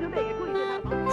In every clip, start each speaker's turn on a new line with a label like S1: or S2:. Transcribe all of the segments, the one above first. S1: 球队也注意这场。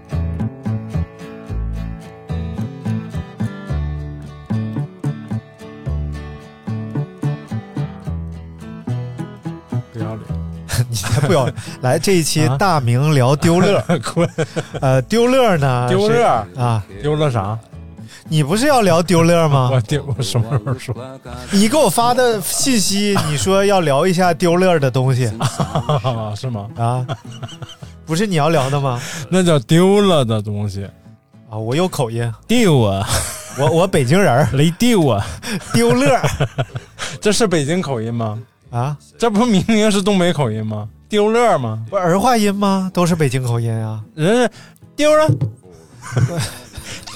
S2: 不要脸，
S3: 你才 不要来这一期
S2: 啊
S3: 大明聊丢乐，
S2: 滚！
S3: 呃，丢乐呢？
S2: 丢
S3: 是
S2: 乐，
S3: 啊，
S2: 哎丢了啥？
S3: 你不是要聊丢乐吗
S2: 我？丢，我什么时候说？
S3: 你给我发的信 息，你说要聊一下丢乐的东西
S2: 啊是吗？
S3: 啊，不是你要聊的吗？
S2: 那叫丢了的东西，
S3: 啊，我有口音，
S2: 丢啊，
S3: 我我北京人儿，
S2: 雷丢啊，
S3: 丢 乐
S2: 这是北京口音吗？
S3: 啊，
S2: 这不明明是东北口音吗？丢乐吗？
S3: 不是儿化音吗？都是北京口音啊，
S2: 人是丢了，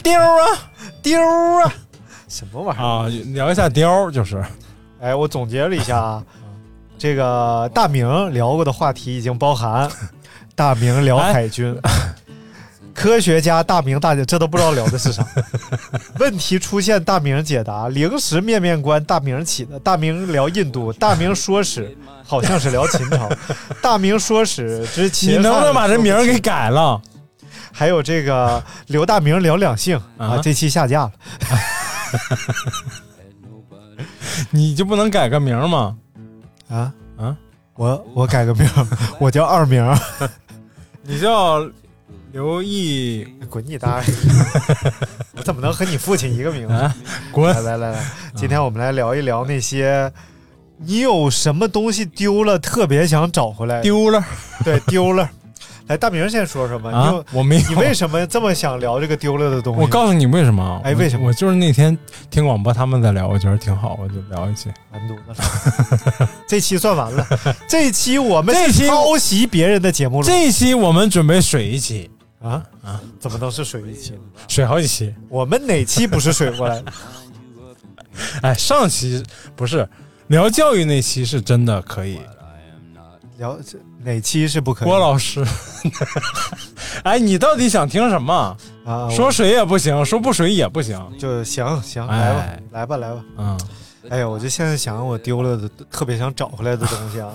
S2: 丢啊
S3: 丢啊，什么玩意儿？
S2: 啊！聊一下雕，就是
S3: 哎，我总结了一下啊，这个大明聊过的话题已经包含大明聊
S2: 哎
S3: 海军、科学家大明大姐，这都不知道聊的是啥。问题出现大明解答，零食面面观大明起的，大明聊印度，大明说史好像是聊秦朝，大明说史之秦
S2: 你
S3: 汉。
S2: 能不能把这名儿给改 了？
S3: 还有这个刘大明聊两性啊
S2: 啊，
S3: 这期下架了。
S2: 你就不能改个名儿吗？
S3: 啊
S2: 啊！
S3: 我我改个名儿，我叫二明儿，
S2: 你叫刘毅
S3: 滚你大爷！我怎么能和你父亲一个名字？
S2: 啊，滚
S3: 来！来来来，今天我们来聊一聊那些你有什么东西丢了，特别想找回来。
S2: 丢了
S3: 对，丢了。来，大明儿先说说吧，你
S2: 啊
S3: 有！
S2: 我没有，
S3: 你为什么这么想聊这个丢了的东西？
S2: 我告诉你为什么啊？
S3: 哎
S2: 我
S3: 为什么
S2: 我就是那天听广播他们在聊，我觉得挺好，我就聊一期。
S3: 完犊子了， 这期算完了。这期我们
S2: 这
S3: 是
S2: 期
S3: 抄袭别人的节目录
S2: 这一期我们准备水一期，
S3: 啊啊！怎么能是水一期呢？
S2: 水好几期。
S3: 我们哪期不是水过 来的？
S2: 哎，上期不是聊教育那期是真的可以，
S3: 聊这哪期是不可以
S2: 郭老师。 哎，你到底想听什么？
S3: 啊？
S2: 说水也不行，说不水也不行
S3: 我。就行行，
S2: 哎
S3: 来吧来吧来吧。
S2: 嗯，
S3: 哎呀，我就现在想我丢了的，特别想找回来的东西 啊。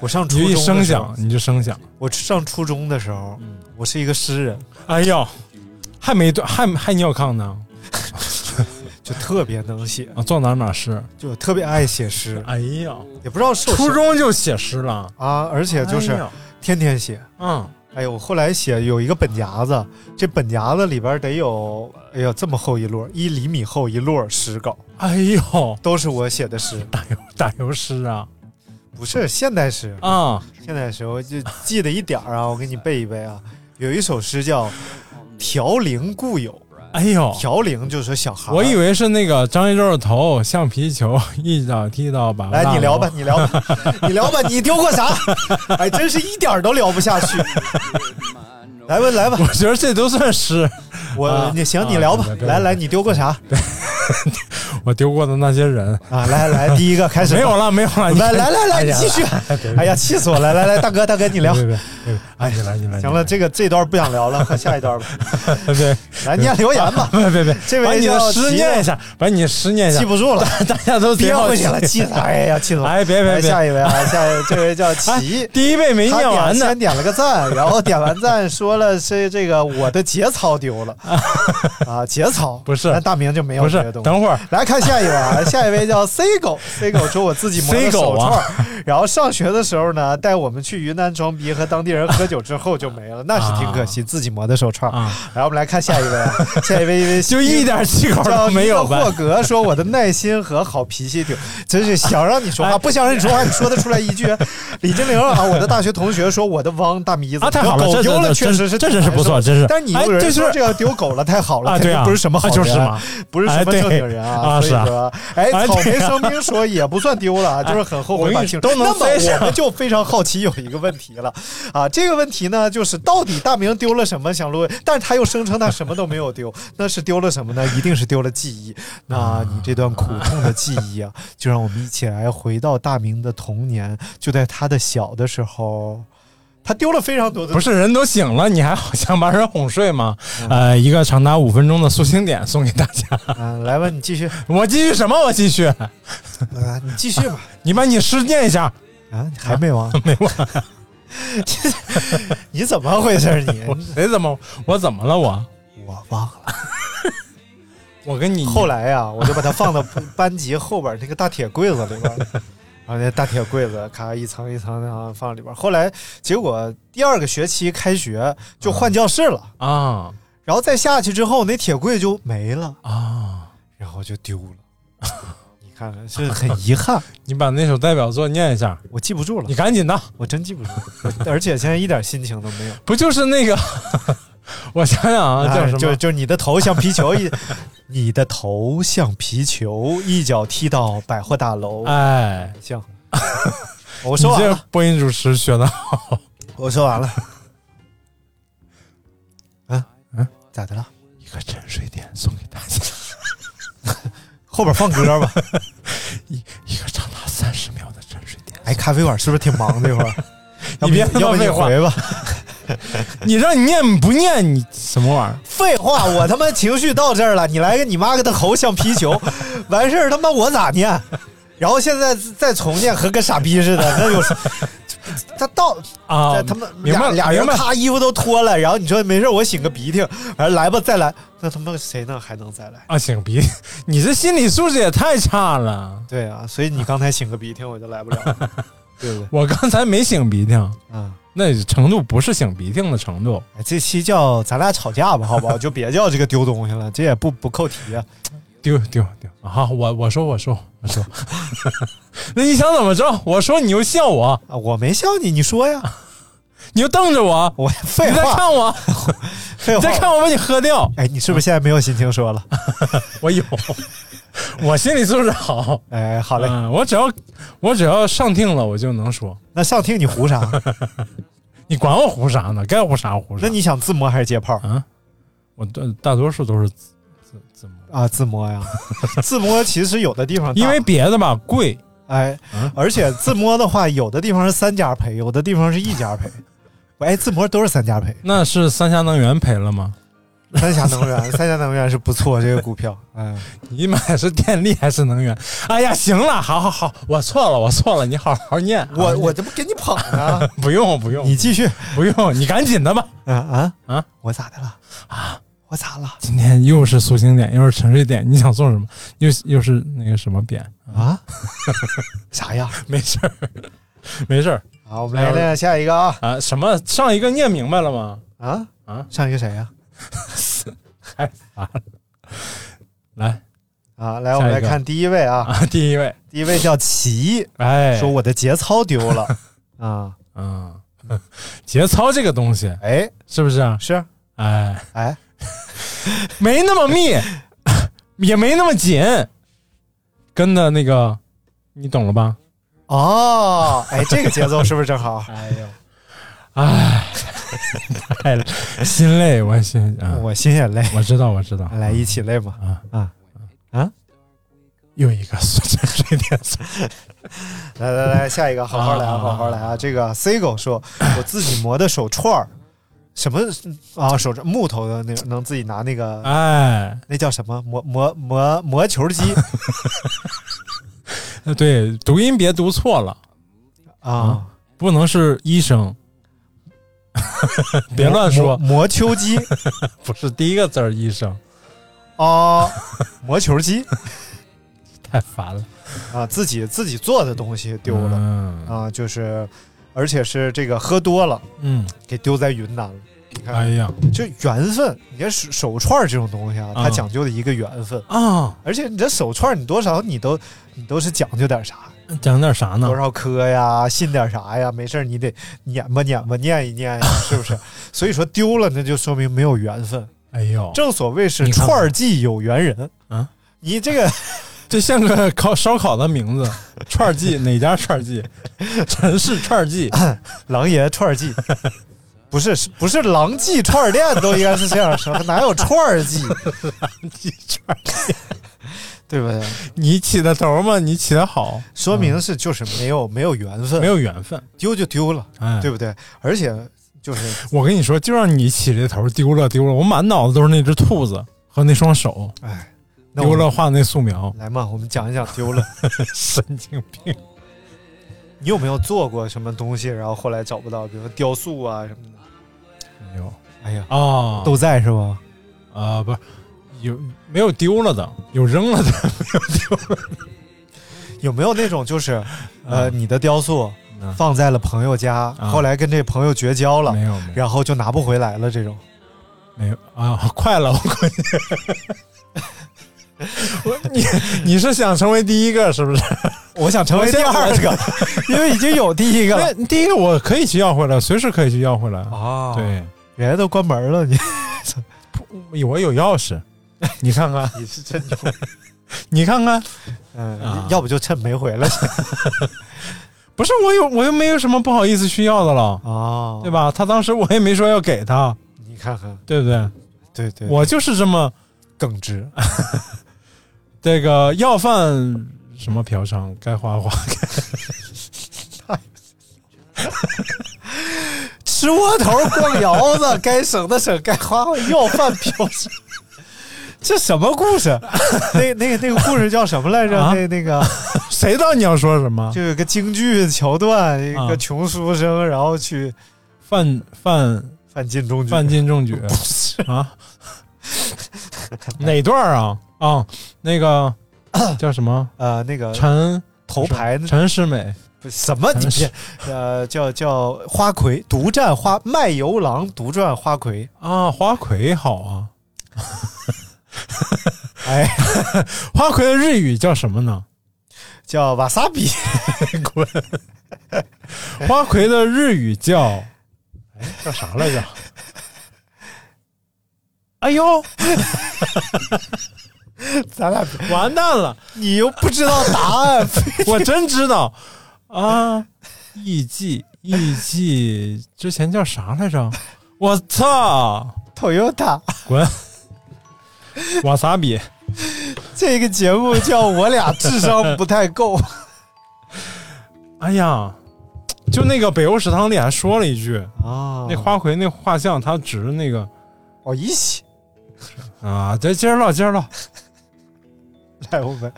S3: 我上初中
S2: 你就一
S3: 的时候
S2: 声响，你就声响。
S3: 我上初中的时候，我是一个诗人，
S2: 哎呦，还没断，还还尿炕呢
S3: 就特别能写，
S2: 啊！坐哪儿哪儿是？
S3: 就特别爱写诗，
S2: 哎呀，
S3: 也不知道受
S2: 初中就写诗了，
S3: 啊，而且就是
S2: 哎呦
S3: 天天写。
S2: 嗯，
S3: 哎呦，我后来写有一个本夹子，这本夹子里边得有，哎呀，这么厚一摞，一厘米厚一摞诗稿，
S2: 哎呦，
S3: 都是我写的诗，
S2: 打油打油诗啊
S3: 不是现代诗
S2: 啊！
S3: 现在时候就记得一点儿啊，我给你背一背啊。有一首诗 叫《调龄故友》，
S2: 哎呦，
S3: 调龄就是小孩儿。
S2: 我以为是那个张一舟的头橡皮球一脚踢到把
S3: 来哎你聊吧，，你聊吧， 你聊吧，你丢过啥？ 哎，真是一点儿都聊不下去。来吧，来吧，
S2: 我觉得这都算诗。
S3: 我
S2: 啊
S3: 你行，
S2: 啊
S3: 你聊吧
S2: 对。对对
S3: 来来，你丢过啥
S2: 我丢过的那些人
S3: 啊？来来，第一个开始吧。
S2: 没有了，没有了，你
S3: 来来来来，
S2: 哎
S3: 你
S2: 呀
S3: 继 续。哎呀，气死我！了！来来，大哥大哥，你聊
S2: 别。别别，哎，你来你来，
S3: 行了，这个这段不想聊了，换下一 段吧。
S2: 别别
S3: 来念留言吧，
S2: 别别别，
S3: 这位
S2: 把你
S3: 叫
S2: 的
S3: 齐
S2: 诗念一下，把你的诗念一下
S3: 记，不住了。
S2: 大家都挺
S3: 憋
S2: 好
S3: 回
S2: 奇
S3: 去了， 气死！哎呀，气死我！
S2: 哎别别哎
S3: 来
S2: 别
S3: 下一位啊，下一位这位 叫齐。
S2: 第一位没
S3: 他
S2: 念
S3: 点
S2: 完呢
S3: 先，点了个赞，然后点完赞说了是这个我的节操丢 了啊，节操
S2: 不是
S3: 那大明就没有
S2: 不
S3: 这
S2: 是
S3: 个，东西。
S2: 等会儿
S3: 来看下一位啊，下一位叫 C 狗，C 狗说我自己磨的
S2: C
S3: 手
S2: 狗
S3: 串
S2: 啊
S3: 儿，然后上学的时候呢，带我们去云南装逼，和当地人喝酒之后就没了，那是挺可惜，自己磨的手串儿。
S2: 啊，
S3: 来，我们来看下一位一位啊，下一位一位
S2: 就一点气口
S3: 叫
S2: 都没有
S3: 伊德霍
S2: 吧？
S3: 格说：“我的耐心和好脾气挺，真是想让你说
S2: 哎
S3: 话，不想让你说话，你说得出来一句。”李金玲啊，我的大学同学说我的汪大迷子
S2: 啊太好了
S3: 狗
S2: 这
S3: 丢了
S2: 这
S3: 确实是
S2: 这这真是不错
S3: 难受
S2: 真是
S3: 但是你
S2: 哎
S3: 有人
S2: 这是
S3: 说这要丢狗了，太好了，
S2: 啊
S3: 肯定
S2: 对啊
S3: 不是什么好人，
S2: 就是嘛
S3: 不是什
S2: 哎
S3: 么
S2: 对
S3: 正经人啊，
S2: 啊
S3: 所以
S2: 是啊
S3: 说，哎，
S2: 哎
S3: 草莓
S2: 对啊
S3: 生冰说也不算丢 了，啊就是很后悔
S2: 我
S3: 把
S2: 跟你
S3: 庆
S2: 都能
S3: 那
S2: 啊
S3: 么
S2: 塞上
S3: 我们就非常好奇有一个问题了啊，这个问题呢，就是到底大明丢了什么？想录，但是他又声称他什么都没有丢，那是丢了什么呢？一定是丢了记忆。
S2: 啊
S3: 那你这段苦痛的记忆 啊，就让我们一起来回到大明的童年，就在他的小的时候，他丢了非常多的。
S2: 不是人都醒了，你还好像把人哄睡吗？呃，一个长达五分钟的塑形点送给大 家。
S3: 嗯，来吧，你继续
S2: 我继续什么？我继续，
S3: 啊，你继续吧。
S2: 你把你诗念一下。
S3: 啊，还没 完，没完。 你怎么回事儿？你
S2: 我谁怎么我怎么了我？
S3: 我忘了。
S2: 我跟你
S3: 后来呀、我就把它放到班级后边儿那个大铁柜子里边儿， 然后那大铁柜子咔一层一层的啊放里边儿。后来结果第二个学期开学就换教室了，
S2: 啊
S3: 然后再下去之后那铁柜就没了，
S2: 啊！
S3: 然后就丢了。 你看看，是很遗 憾，
S2: 你把那首代表作念一下，
S3: 我记不住了
S2: 你，赶紧的。
S3: 我真记不住，我而且现在一点心情都没有。
S2: 不就是那个？ 我想想啊，叫
S3: 哎
S2: 什么？
S3: 就就你的头像皮球一， 你的头像皮球，一脚踢到百货大楼。
S2: 哎，
S3: 行，我
S2: 你
S3: 说啊完
S2: 这
S3: 了。
S2: 播音主持学的好。
S3: 我说 完了。嗯嗯，咋的了？
S2: 一个沉睡点送给大家，
S3: 后边放歌吧。
S2: 一一个长达 三十秒的沉睡点。
S3: 哎，咖啡馆是不是挺忙这会儿？
S2: 你别
S3: 要不要不 你
S2: 废话
S3: 回吧。
S2: 你让你念不念？你什么玩意儿？
S3: 废话，我他妈情绪到这儿了，你来个你妈个的猴像皮球，完事儿他妈我咋念？然后现在再重念和个傻逼似的，那有他到
S2: 啊
S3: 他们
S2: 明
S3: 俩
S2: 白了
S3: 俩人
S2: 明白了
S3: 咔衣服都脱了，然后你说没事儿，我擤个鼻涕，完来吧再来，那他妈谁能还能再来？
S2: 啊，擤鼻，你这心理素质也太差了。
S3: 对啊，所以你刚才擤个鼻涕我就来不了了，对不对？
S2: 我刚才没擤鼻涕，啊
S3: 嗯。
S2: 那程度不是擤鼻涕的程度。
S3: 哎，这期叫咱俩吵架吧，好不 好？就别叫这个丢东西了，这也不不扣题啊。
S2: 丢丢丢！啊，我我说我说我说， 那你想怎么着？我说你又笑我，
S3: 啊我没笑你，你说 呀，
S2: 你又瞪着我，
S3: 我
S2: 你
S3: 废
S2: 再
S3: 话，
S2: 看我，
S3: 废
S2: 你
S3: 话，
S2: 再看我把你喝掉。
S3: 哎，你是不是现在没有心情说了？
S2: 我有，我心理素质好。
S3: 哎，好嘞，
S2: 嗯，我只要我只要上听了，我就能说。
S3: 那上听你胡啥？
S2: 你管我胡啥呢？该胡啥胡啥。
S3: 那你想自摸还是接炮
S2: 啊，我大大多数都是自自自摸，
S3: 啊？自摸 呀，自摸其实有的地方大，
S2: 因为别的吧贵。
S3: 哎
S2: 嗯，
S3: 而且自摸的话，有的地方是三家赔，有的地方是一家赔。
S2: 嗯
S3: 哎，自摸都是三家赔，
S2: 那是三峡能源赔了吗？
S3: 三峡能 源，三峡能源是不错这个股票，嗯，
S2: 你买的是电力还是能源？ 哎呀，行了，好好好，我错了，我错了，你好好念。
S3: 我我这不啊给你捧呢，
S2: 不用不 用，
S3: 你继续，
S2: 不 用，你赶紧的吧。
S3: 啊啊
S2: 啊！
S3: 我咋的了？啊，我咋了？
S2: 今天又是苏醒点，又是沉睡点，你想送什么？又又是那个什么点？
S3: 啊？啥呀？
S2: 没事儿，没事儿
S3: 好，我们来练下一个啊
S2: 啊。什么？上一个念明白了吗？
S3: 啊
S2: 啊
S3: 上一个谁呀？
S2: 太烦了。来
S3: 啊，来，我们
S2: 下
S3: 来
S2: 一个
S3: 看第一位啊，
S2: 啊，第一位，
S3: 第一位叫齐，
S2: 哎，
S3: 说我的节操丢了 啊，
S2: 嗯，节操这个东西
S3: 哎，
S2: 是不是啊？
S3: 是，
S2: 哎，
S3: 哎，
S2: 没那么 密，也没那么紧，跟的那个，你懂了吧？？
S3: 哦，哎，这个节奏是不是正 好
S2: 哎呦，哎，太累心累，我心啊，
S3: 我心也累，
S2: 我知道，我知道，
S3: 来一起累嘛，
S2: 啊
S3: 啊啊！
S2: 又一个苏珊水点子，
S3: 来来来，下一个，好好来，啊，
S2: 啊
S3: 好好来啊！这个 C 狗 说，我自己磨的手串儿，什么啊？手串木头的那个，能自己拿那个
S2: 哎，
S3: 那叫什么磨磨磨磨球 机
S2: 对，读音别读错了，
S3: 啊，
S2: 不能是医生， 别
S3: 啊
S2: 乱说，
S3: 磨磨球机
S2: 不是第一个字儿医生，
S3: 啊，磨球机
S2: 太烦了，
S3: 啊，自己自己做的东西丢了
S2: 嗯
S3: 啊，就是而且是这个喝多了
S2: 嗯，
S3: 给丢在云南了你看，
S2: 哎呀
S3: 就缘分，你这手手串这种东西啊，它
S2: 啊
S3: 讲究的一个缘分，
S2: 啊，
S3: 而且你这手串，你多少你都你都是讲究点啥，
S2: 讲点啥呢
S3: 多？少科呀，信点啥呀？没事儿你得撵吧撵吧，念一念呀，是不是？所以说丢了，那就说明没有缘分。
S2: 哎呦，
S3: 正所谓是
S2: 你看看
S3: 串儿记有缘人
S2: 啊！
S3: 你这个
S2: 这像个烤烧烤的 名字，串儿记哪家串儿记？陈氏串儿记，
S3: 啊狼爷串儿记，不是是不是狼记串儿店都应该是这样说，哪有串儿记，
S2: 记串儿记
S3: 对不对？
S2: 你起的头嘛，你起的好，
S3: 说明是就是没有没有嗯缘分，
S2: 没有缘分。
S3: 丢就丢了，
S2: 哎，
S3: 对不对？而且就是
S2: 我跟你说，就让你起这头，丢了丢了，我满脑子都是那只兔子和那双手，
S3: 哎，那我
S2: 丢
S3: 们
S2: 了画那素描，
S3: 来嘛，我们讲一讲丢了。
S2: 神经病。
S3: 你有没有做过什么东西，然后后来找不到，比如说雕塑啊什么的？
S2: 没有
S3: 哎呀，
S2: 啊，
S3: 都在是吧？
S2: 啊，不是有没有丢了的，有扔了的，
S3: 有没有那种就是，呃，你的雕塑
S2: 嗯
S3: 放在了朋友家，
S2: 嗯
S3: 后来跟这朋友绝交了，
S2: 没有没有
S3: 然后就拿不回来了这种？
S2: 没有啊，快了，我估计。 我你你是想成为第一个是不是？
S3: 我想成为第二个， 因为已经有第一个了
S2: 那第一个我可以去要回来，随时可以去要回来。
S3: 啊，
S2: 对，
S3: 人家都关门了，你
S2: 我有 钥匙，你看看，
S3: 你是真牛，
S2: 你看看，
S3: 嗯，
S2: 啊
S3: 要不就趁没回来
S2: 不是我有，我又没有什么不好意思去要的了，
S3: 哦
S2: 对？吧？他当时我也没说要给他，
S3: 你看看，
S2: 对不对？
S3: 对对，
S2: 我就是这么
S3: 耿直，
S2: 这个要饭什么嫖娼，该花 花。
S3: 吃窝头逛窑 子，该省的省，该花花要饭嫖 娼。这什么故事？那那个那个故事叫什么来着？
S2: 啊
S3: 那那个
S2: 谁知道你要说什么？
S3: 就有个京剧的桥段，一
S2: 啊
S3: 个穷书生，然后去
S2: 犯犯
S3: 犯进中举，
S2: 犯进中举啊？哪段儿啊？啊，那个叫什么？
S3: 呃那个
S2: 陈
S3: 头牌那
S2: 陈世美
S3: 不什么你
S2: 陈世
S3: 呃叫叫花魁独占花卖油郎独占花魁，
S2: 啊，花魁好啊。
S3: 哎，
S2: 花魁的日语叫什么呢？
S3: 叫瓦萨比，
S2: 滚！花魁的日语叫，哎，叫啥来着？ 哎呦，
S3: 咱俩
S2: 完蛋了！
S3: 你又不知道答案，
S2: 我真知道啊，艺伎，艺伎之前叫啥来着？我操！
S3: Toyota
S2: 滚！瓦萨比，
S3: 这个节目叫我俩智 商不太够，
S2: 哎呀，就那个北欧食堂里还说了一句，
S3: 啊
S2: 那花魁那画像，他指着那个
S3: 我哦一起
S2: 啊，这接着唠，接着唠
S3: 来，我们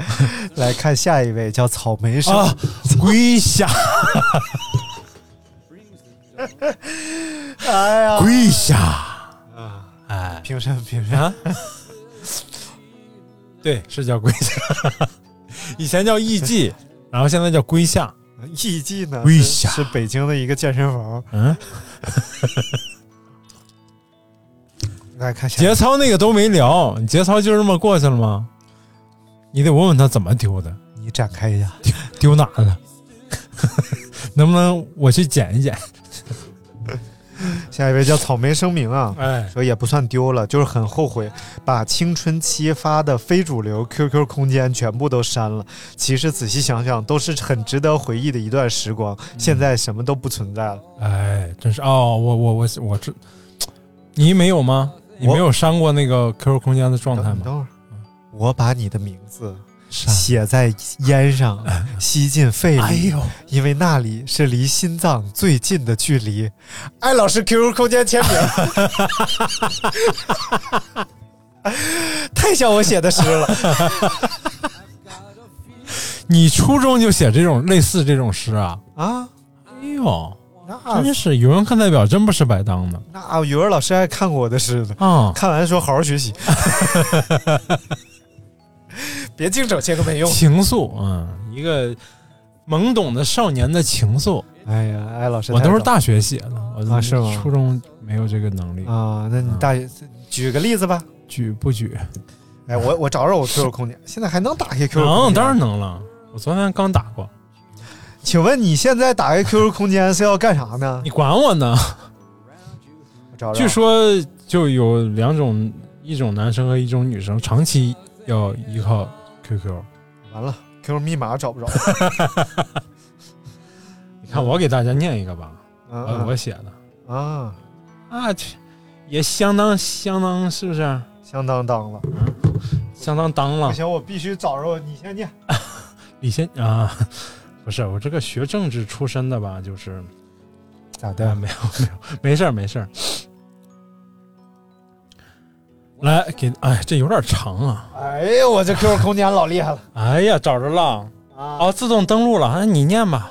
S3: 来看下一位叫草莓生，
S2: 啊，跪下，
S3: 哎呀，
S2: 跪下，哎
S3: 平身平身，
S2: 啊，对，是叫跪下， 以前叫艺 伎，然后现在叫跪下，
S3: 艺伎呢
S2: 跪
S3: 是
S2: 下
S3: 是北京的一个健身房，
S2: 嗯，
S3: 来看下一位
S2: 节操那个都没聊，你节操就这么过去了吗？你得问问他怎么丢的，
S3: 你展开一下，
S2: 丢哪了？ 能不能我去捡一捡？
S3: 下一位叫草莓声明啊。
S2: 哎，
S3: 说也不算丢了，就是很后悔把青春期发的非主流 QQ 空间全部都删了。其实仔细想想，都是很值得回忆的一段时光。现在什么都不存在了。
S2: 哎，真是哦，我我我我这，你没有吗？你
S3: 我
S2: 没有删过那个 QQ 空间的状
S3: 等
S2: 态
S3: 你
S2: 吗？
S3: 等会儿，我把你的名字
S2: 删
S3: 写在烟上，吸进肺里，因为那里是离心脏最近的距离。艾老师 QQ 空间签名， 太像我写的诗了。
S2: 你初中就写这种类似这种诗啊？
S3: 啊，
S2: 哎呦，
S3: 那
S2: 真是语文课代表真不是白当的
S3: 那语文老师还看过我的诗呢，
S2: 啊！
S3: 看完说好好学习， 别净整些个没用。
S2: 啊情愫，嗯，一个懵懂的少年的情愫，
S3: 哎呀，艾老师，
S2: 我都是大学写的，我
S3: 啊是吗
S2: 初中没没有这个能力。
S3: 啊，那你大举个例子吧。
S2: 举不举？
S3: 哎，我我找找我 QQ 空间，现在还能打开 QQ 空间？
S2: 能，当然。能了。我昨天刚打过，
S3: 请问你现在打开 QQ 空间是要干啥呢？
S2: 你管我呢？
S3: 我找找。
S2: 据说就有两种，一种男生和一种女生长期要依靠 QQ。
S3: 完了，QQ 密码 找不着。
S2: 你看，我给大家念一个吧，
S3: 嗯
S2: 哎我我写的
S3: 嗯啊，
S2: 啊，去也相当相当是不是？
S3: 相当当了。
S2: 相当当了
S3: 不。行，我必须找着你先念。
S2: 李先啊， 不是我这个学政治出身的吧，就是
S3: 咋
S2: 对，？没有没有， 没事儿没事儿。来给，哎，这有点长啊！
S3: 哎呀，我这 QQ 空间老厉害了
S2: 哎呀，找着了，
S3: 啊！
S2: 哦，自动登录了，哎，你念吧。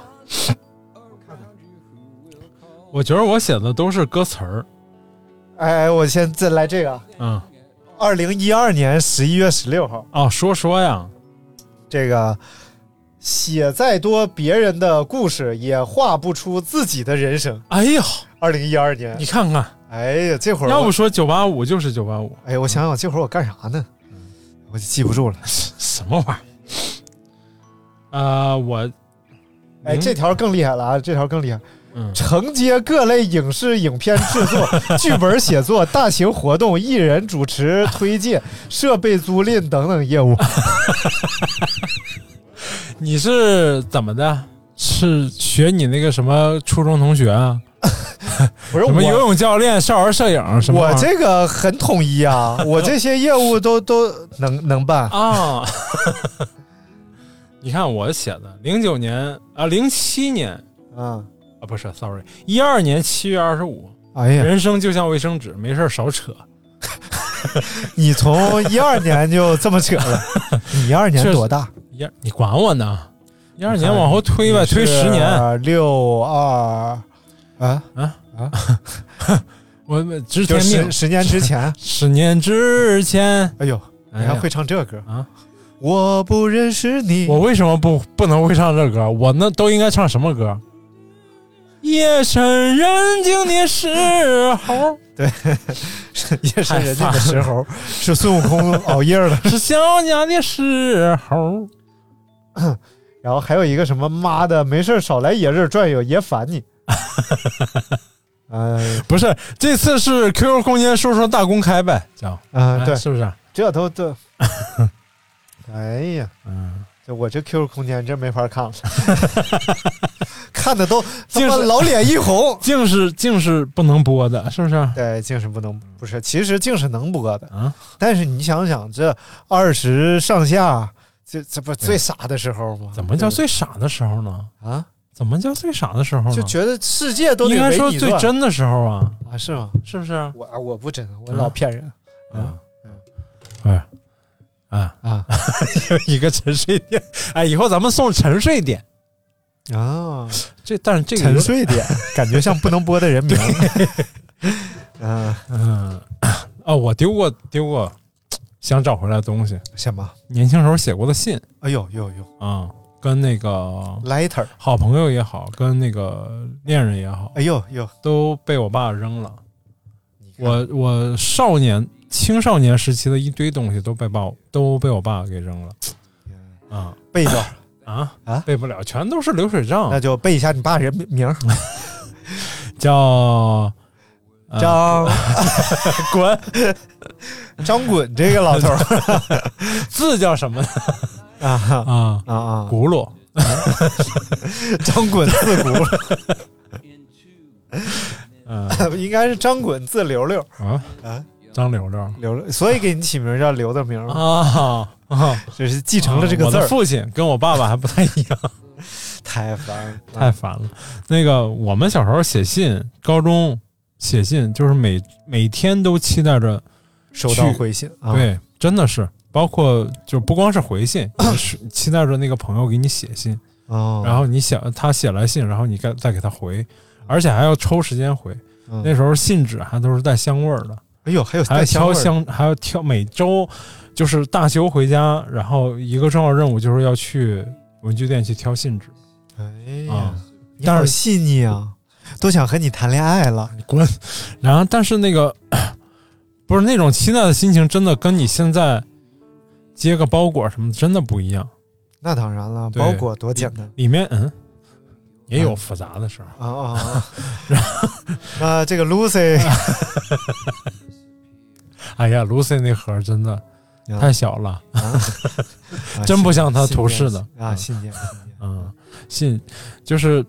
S2: 我觉得我写的都是歌词儿，
S3: 哎，我先再来这个。
S2: 嗯，
S3: 二零一二年十一月十六号，
S2: 哦，说说呀，
S3: 这个写再多别人的故事，也画不出自己的人生。
S2: 哎呦，
S3: 二零一二年
S2: 你，看看，
S3: 哎呀，这会儿我
S2: 要不说九八五就是九八五，
S3: 哎，我想想，这会儿我干啥呢？
S2: 嗯
S3: 我就记不住了。
S2: 什么玩意儿？呃，我，
S3: 哎，
S2: 嗯
S3: 这条更厉害了啊！这条更厉害，
S2: 嗯，
S3: 承接各类影视影片制 作、剧本写作、大型活动、艺人主持、推介、设备租赁等等业务。
S2: 你是怎么的？是学你那个什么初中同学啊？
S3: 不是
S2: 什么游
S3: 我，
S2: 泳教练、少儿摄影什么玩
S3: 我
S2: 意儿？
S3: 这个很统一 啊，我这些业务都都能能办。
S2: 啊， 你看我写的，零九年啊，零七年
S3: 嗯，
S2: 啊，不是，sorry，一二年七月二十五，
S3: 哎呀，
S2: 人生就像卫生纸，没事儿少扯。
S3: 你从一二年就这么扯 了？你一二年
S2: 确实
S3: 多大？
S2: 一二，你管我呢？一二年
S3: 我看啊
S2: 往后推吧，推十年。，
S3: 六二啊，
S2: 我我知
S3: 就
S2: 天
S3: 十
S2: 命，
S3: 十年之前。
S2: 十年之前。
S3: 哎呦，你
S2: 哎呀
S3: 还会唱这歌
S2: 啊？
S3: 我不认识你，
S2: 我为什么不不能会唱这歌？我那都应该唱什么歌？夜深人静的时候，
S3: 夜深人静
S2: 太
S3: 的
S2: 烦
S3: 时候，是孙悟 空熬夜了。
S2: 是想家的时候。
S3: 然后还有一个什么妈的，没事儿少来野日转悠，爷烦 你。嗯
S2: 不是，这次是 QQ 空间说说大公开呗，讲
S3: 嗯，对
S2: 哎，是不是？
S3: 这都 这，哎呀，
S2: 嗯，
S3: 这我这 QQ 空间真没法 看了，看的都他妈
S2: 就是
S3: 老脸一红。
S2: 净是净是不能播的，是不是？
S3: 对，净是呃不能不是，其实净是能播的，
S2: 啊，
S3: 但是你想想，这二十上下，这这不最傻的时候吗？
S2: 怎么叫
S3: 对
S2: 最傻的时候呢？
S3: 不对啊？
S2: 怎么叫最傻的时候呢？
S3: 就觉得世界都得
S2: 应该
S3: 围
S2: 说
S3: 你
S2: 最
S3: 转
S2: 真的时候啊，
S3: 啊？是吗？
S2: 是不是？啊
S3: 我啊我不真，我
S2: 嗯
S3: 老骗人
S2: 啊
S3: 嗯，
S2: 哎啊，
S3: 啊
S2: 有 一个沉睡点，哎，以后咱们送沉睡点。
S3: 啊！
S2: 这但是这个有
S3: 沉睡点， 感觉像不能播的人名。嗯，
S2: 嗯 啊，我丢过丢过，想找回来的东西，
S3: 什么？
S2: 年轻时候写过的信
S3: 哎呦呦呦
S2: 啊，跟那个
S3: ，lighter，
S2: 好朋友也好，跟那个恋人也好
S3: 哎，呦呦，
S2: 都被我爸扔了。
S3: 你看
S2: 我我少年青少年时期的一堆东西都被爸都被我爸给扔了啊
S3: 背着，
S2: 啊
S3: 啊
S2: 背不了，全都是流水账
S3: 那，就背一下你爸人名儿，
S2: 叫呃
S3: 张
S2: 滚
S3: 张滚这个老头 儿
S2: 字叫什么呢
S3: 啊
S2: 啊？
S3: 啊啊！
S2: 轱辘
S3: 张滚自古，
S2: 嗯
S3: 应该是张滚字刘六
S2: 啊
S3: 啊
S2: 张柳柳
S3: 刘六，所以给你起名叫刘的名儿嘛，
S2: 啊啊，
S3: 就是继承了这个
S2: 我
S3: 字
S2: 的
S3: 儿，
S2: 父亲跟我爸爸还不太一样。
S3: 太烦了。
S2: 太烦了。那个我们小时候写信，高中写信就是每每天都期待着，
S3: 收到
S2: 去
S3: 回信啊，
S2: 对，真的是，包括就不光是 回信，也是期待着那个朋友给你写信，
S3: 哦，
S2: 然后你想他写来信，然后你该再给他回，而且还要抽时间回。
S3: 嗯
S2: 那时候信纸还都是带香味儿的，
S3: 哎呦，还有
S2: 还要
S3: 带香
S2: 挑
S3: 味儿
S2: 香，还要挑每周就是大休回家，然后一个重要任务就是要去文具店去挑信纸。
S3: 哎呀
S2: 啊，
S3: 你好
S2: 但是
S3: 细腻啊！都想和你谈恋爱了。
S2: 你滚！然后，但是那个 不是那种期待的心情，真的跟你现在接个包裹什么的真的不一样。
S3: 那当然了，
S2: 对
S3: 包裹多简单
S2: 里面嗯也有复杂的事儿。
S3: 啊啊！ 啊 那这个 Lucy
S2: 啊哎呀，Lucy 那盒真的
S3: 啊
S2: 太小了，
S3: 啊
S2: 真不像他
S3: 信
S2: 图示的
S3: 信念啊，信念，信念
S2: 嗯，信就是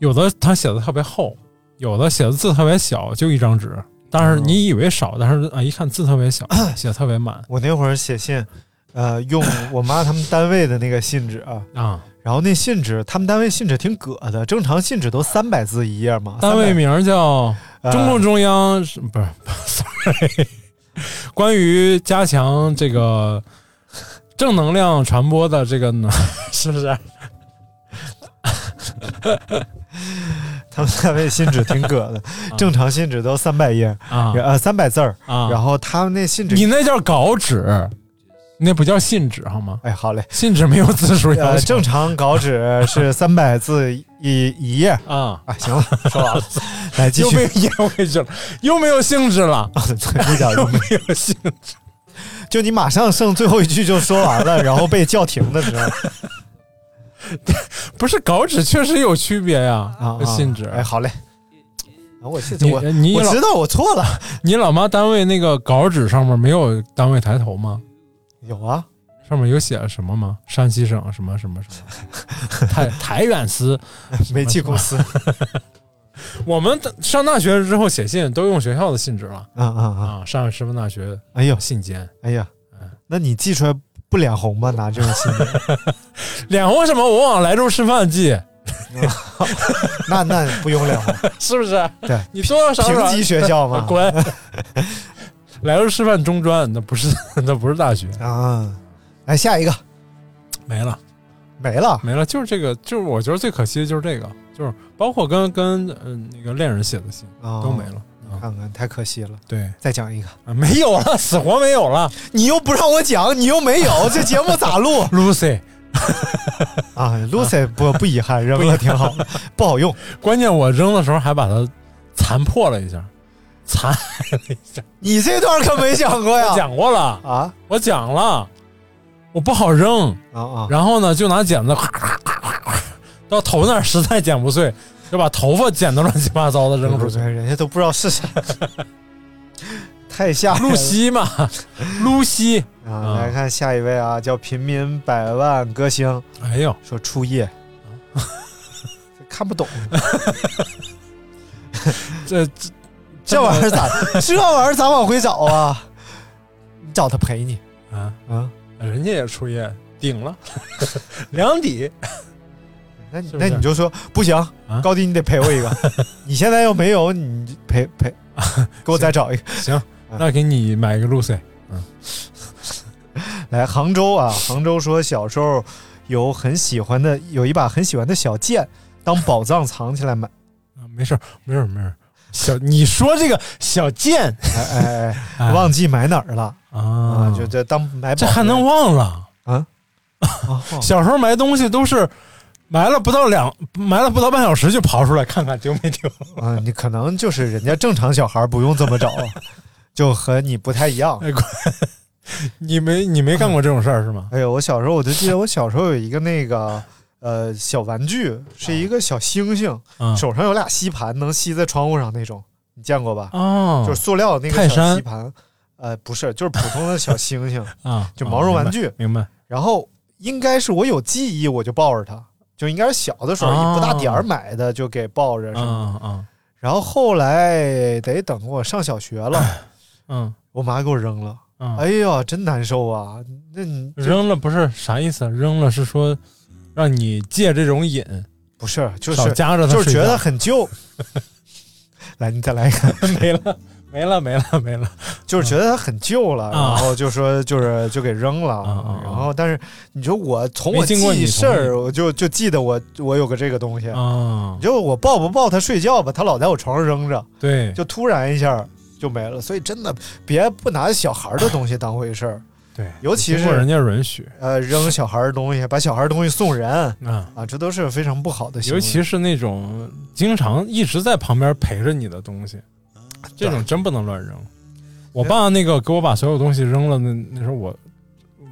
S2: 有的他写的特别厚，有的写的字特别小，就一张纸。但是你以为少，但是啊，一看字特别小，写得特别满
S3: 我那会儿写信，呃，用我妈他们单位的那个信纸、啊，
S2: 啊。
S3: 然后那信纸，他们单位信纸挺葛的，正常信纸都三百字一页嘛。
S2: 单位
S3: 300
S2: 名儿叫
S3: 呃
S2: 中共中央是不是 ？sorry，关于加强这个正能量传播的这个 呢，是不是？
S3: 他们单位信纸挺葛 的，正常信纸都三百页，
S2: 啊
S3: 呃，三百字儿。
S2: 啊！
S3: 然后他们那信纸，
S2: 你那叫稿纸，那不叫信纸好吗？
S3: 哎，好嘞，
S2: 信纸没有字数要
S3: 呃，
S2: 求
S3: 正常稿纸 是三百字一一页。
S2: 啊。
S3: 啊，行了，说完了， 来继
S2: 又
S3: 续
S2: 没有。烟回去了，又没有兴致 了，
S3: 一点
S2: 又
S3: 都没
S2: 没有兴致。
S3: 就你马上剩最后一句就说完了，然后被叫停的时候
S2: 不是稿纸确实有区别呀，
S3: 啊，啊
S2: 和信纸。
S3: 哎，好嘞，啊，我信
S2: 你
S3: 我
S2: 你
S3: 我
S2: 老
S3: 知道我错了，
S2: 你老妈单位那个稿纸上面没有单位抬头吗？
S3: 有啊，
S2: 上面有写什么吗？山西省什么什么什么？ 太太原司。
S3: 煤气公 司，啊
S2: 我们上大学之后写信都用学校的信纸了
S3: 啊啊啊，
S2: 啊，上师范大学
S3: 哎呦
S2: 信笺。
S3: 哎呀，那你寄出来不脸红吗？拿这种信 纸，
S2: 脸红什么？我往莱州师范寄，
S3: 那那不用脸 红，
S2: 是不是？
S3: 对，
S2: 你多多少少
S3: 平级学校 嘛
S2: 滚！莱州师范中专那不是 那不是大学，
S3: 啊，来下一个
S2: 没了
S3: 没了，
S2: 没了，就是这个，就是我觉得最可惜的就是这个，就是包括跟跟嗯、那个恋人写的信
S3: 哦
S2: 都没了。啊
S3: 看看太可惜了，
S2: 对，
S3: 再讲一个，
S2: 啊没有了，死活没有了。
S3: 你又不让我讲，你又没 有，这节目咋录
S2: Lucy，
S3: 啊？Lucy 不不遗憾，扔了挺好，不好用。
S2: 关键我扔的时候还把它残破了一下，残
S3: 你这段可没讲过呀？
S2: 讲过了，
S3: 啊
S2: 我讲了，我不好扔，
S3: 啊啊！
S2: 然后呢就拿剪子到头那儿实在剪不碎，就把头发剪得乱七八糟的扔出去。
S3: 人家都不知道是 啥，太吓人了
S2: 露西嘛，露西，
S3: 啊！来看下一位啊，叫平民百万歌星，
S2: 哎呦，
S3: 说初夜， 看不懂
S2: 这这
S3: 这玩意儿 咋，这玩意儿咋往回找啊？你找他陪你
S2: 啊，
S3: 啊？
S2: 人家也出业顶了， 两底
S3: 啊那你
S2: 是不
S3: 那
S2: 是
S3: 你就说不行
S2: 啊，
S3: 高低你得陪我一 个。你现在要没有，你陪陪， 给我再找一个。
S2: 行，那给你买一个啊 Lucy
S3: 来杭州啊，杭州说小时候有很喜欢的，有一把很喜欢的小剑，当宝藏藏起来买。
S2: 啊，没事儿没事儿没事儿，小你说这个小贱
S3: 哎哎 哎，忘记买哪儿了
S2: 啊
S3: 啊？就这当买宝
S2: 这还能忘了？
S3: 啊？哦
S2: 小时候埋东西都是埋了不到两埋了不到半小时就刨出来看看丢没 丢，
S3: 啊，你可能就是人家正常小孩不用这么找， 就和你不太一样。
S2: 哎，乖你没你没干过这种事儿是吗？
S3: 哎呦，我小时候我就记得我小时候有一个那个呃小玩具，是一个小星星，
S2: 嗯
S3: 手上有俩吸盘，能吸在窗户上那种，你见过吧？
S2: 哦
S3: 就是塑料的那
S2: 泰
S3: 个小
S2: 山
S3: 吸盘，呃，不是，就是普通的小星 星。
S2: 啊，
S3: 就毛绒玩具
S2: 啊明白明白
S3: 然后应该是我有记忆，我就抱着它，就应该是小的时候
S2: 哦
S3: 也不大点儿买的，就给抱着什么。
S2: 啊啊
S3: 然后后来得等我上小学 了，
S2: 嗯
S3: 我妈给我扔了。
S2: 嗯，
S3: 哎呀，真难受啊！那你
S2: 扔了不是啥意思？扔了是说让你戒这种瘾，
S3: 不是就是
S2: 少夹着它
S3: 就
S2: 睡觉，
S3: 是觉得很 旧。来，你再来一个，
S2: 没了，没了，没了，没了。
S3: 就是觉得它很旧了，
S2: 啊
S3: 然后就说就是就给扔了。
S2: 啊啊啊
S3: 然后，但是你说我从我
S2: 没
S3: 记
S2: 经过你
S3: 忆
S2: 同意
S3: 事儿，我就就记得我我有个这个东西。
S2: 啊
S3: 你，就我抱不抱它睡觉吧，它老在我床上扔着。
S2: 对，
S3: 就突然一下就没了。所以真的别不拿小孩的东西当回事儿。
S2: 对，
S3: 尤其是
S2: 经过人家允许，
S3: 呃，扔小孩儿东西，把小孩儿东西送人
S2: 啊，
S3: 啊，这都是非常不好的行
S2: 尤
S3: 为。
S2: 其是那种经常一直在旁边陪着你的东西，这种真不能乱扔。我爸那个给我把所有东西扔了，那那时候我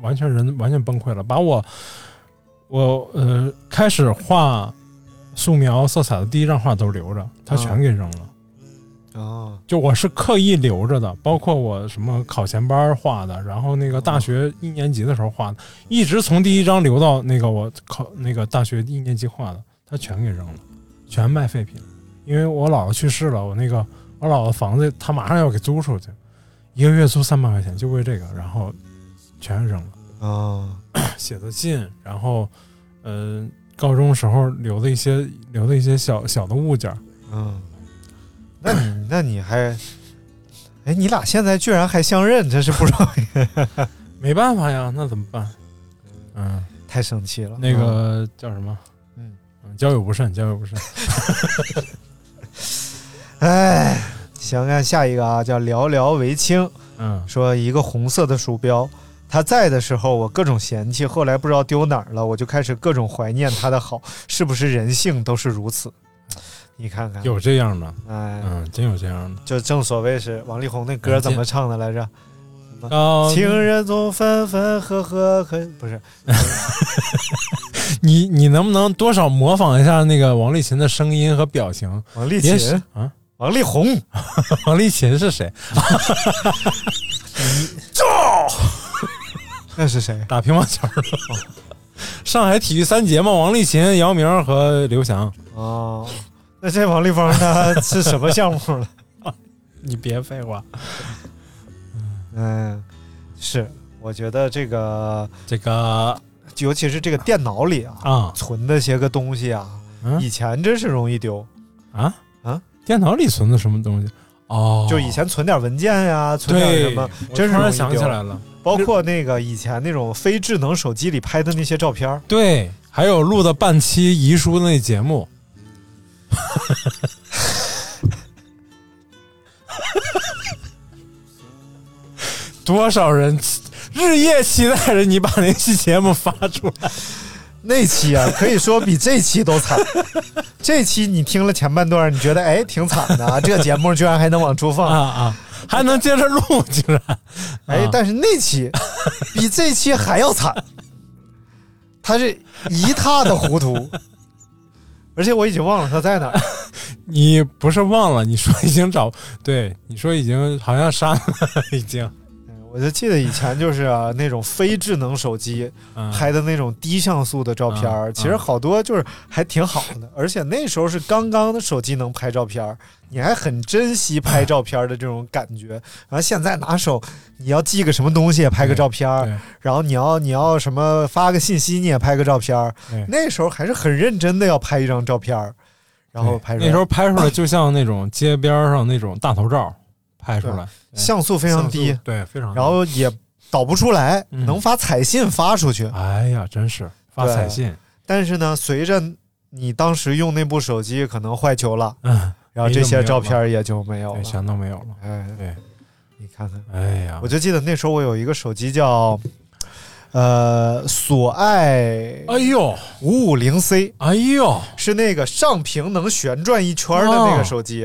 S2: 完全人完全崩溃了，把我我呃开始画素描色彩的第一张画都留着，他全给扔了。
S3: 啊，
S2: 就我是刻意留着的，包括我什么考前班画的，然后那个大学一年级的时候画的，一直从第一张留到那个我考那个大学一年级画的，他全给扔了，全卖废品。因为我姥姥去世了，我那个我姥姥房子他马上要给租出去，一个月租三百块钱，就为这个，然后全扔了。
S3: 啊，
S2: 写的信，然后嗯、呃，高中时候留的一些留的一些小小的物件儿，
S3: 嗯，那你那你还，哎，你俩现在居然还相认，真是不容易，
S2: 没办法呀，那怎么办？嗯。
S3: 太生气了。
S2: 那个叫什么？
S3: 嗯
S2: 嗯，交友不慎，交友不慎。
S3: 哎，行，看下一个啊，叫寥寥为青，
S2: 嗯，
S3: 说一个红色的鼠标，它在的时候我各种嫌弃，后来不知道丢哪儿了，我就开始各种怀念它的好，是不是人性都是如此？你看看，
S2: 有这样的，
S3: 哎，
S2: 嗯，真有这样的。
S3: 就正所谓是王力宏那歌怎么唱的来着？
S2: 啊，
S3: 情人总分分合合，可不是
S2: 你你能不能多少模仿一下那个王丽琴的声音和表情？
S3: 王力
S2: 也许
S3: 琴，
S2: 啊，
S3: 王力宏，
S2: 王丽琴是谁？
S3: 那是谁？
S2: 打乒乓球的。上海体育三杰嘛，王丽琴、姚明和刘翔。
S3: 哦，那这王立峰他是什么项目了？
S2: 你别废话，
S3: 嗯，是，我觉得这个，
S2: 这个
S3: 尤其是这个电脑里啊，
S2: 啊
S3: 存的些个东西啊，
S2: 嗯
S3: 以前真是容易丢，
S2: 啊
S3: 啊！
S2: 电脑里存的什么东西？哦，
S3: 就以前存点文件呀、存点
S2: 对
S3: 什么，，
S2: 我
S3: 真是
S2: 突
S3: 容
S2: 然
S3: 易
S2: 想
S3: 丢
S2: 起来了。
S3: 包括那个以前那种非智能手机里拍的那些照片儿，
S2: 对，还有录的半期遗书那节目， 多少人日夜期待着你把那期节目发出来。
S3: 那期啊，可以说比这期都 惨。这期你听了前半段，你觉得哎挺惨的啊，这节目居然还能往出放。
S2: 啊啊，还能接着录，竟然
S3: 哎
S2: 啊，
S3: 但是那期比这期还要惨，他是一塌的糊涂，而且我已经忘了他在哪儿。
S2: 你不是忘了？你说已经找 对，你说已经好像删了，已经
S3: 嗯我就记得以前就是啊，那种非智能手机
S2: 嗯
S3: 拍的那种低像素的照片儿，
S2: 嗯
S3: 其实好多就是还挺好的，而且那时候是刚刚的手机能拍照片儿，你还很珍惜拍照片儿的这种感觉。然后现在拿手，你要寄个什么东西也拍个照片儿，
S2: 对
S3: 然后你要你要什么发个信息你也拍个照片儿
S2: 对，
S3: 那时候还是很认真的要拍一张照片儿，然后拍出
S2: 那
S3: 来
S2: 时候拍出来就像那种街边上那种大头照拍出来，
S3: 像素非
S2: 非
S3: 常低，
S2: 对，非常低。
S3: 然后也导不出来，
S2: 啊嗯
S3: 能发彩信发出去。
S2: 哎呀，真是发
S3: 对
S2: 彩信，
S3: 但是呢，随着你当时用那部手机可能坏球了，
S2: 嗯，
S3: 然后这些照片儿也哎就没有
S2: 对，
S3: 了。
S2: 全都没有了。
S3: 哎，
S2: 对，
S3: 你看看，
S2: 哎呀
S3: 我，就记得那时候我有一个手机叫呃索爱
S2: 哎呦，
S3: 五五零 C。
S2: 哎呦，
S3: 是那个上屏能旋转一圈儿的那个手机，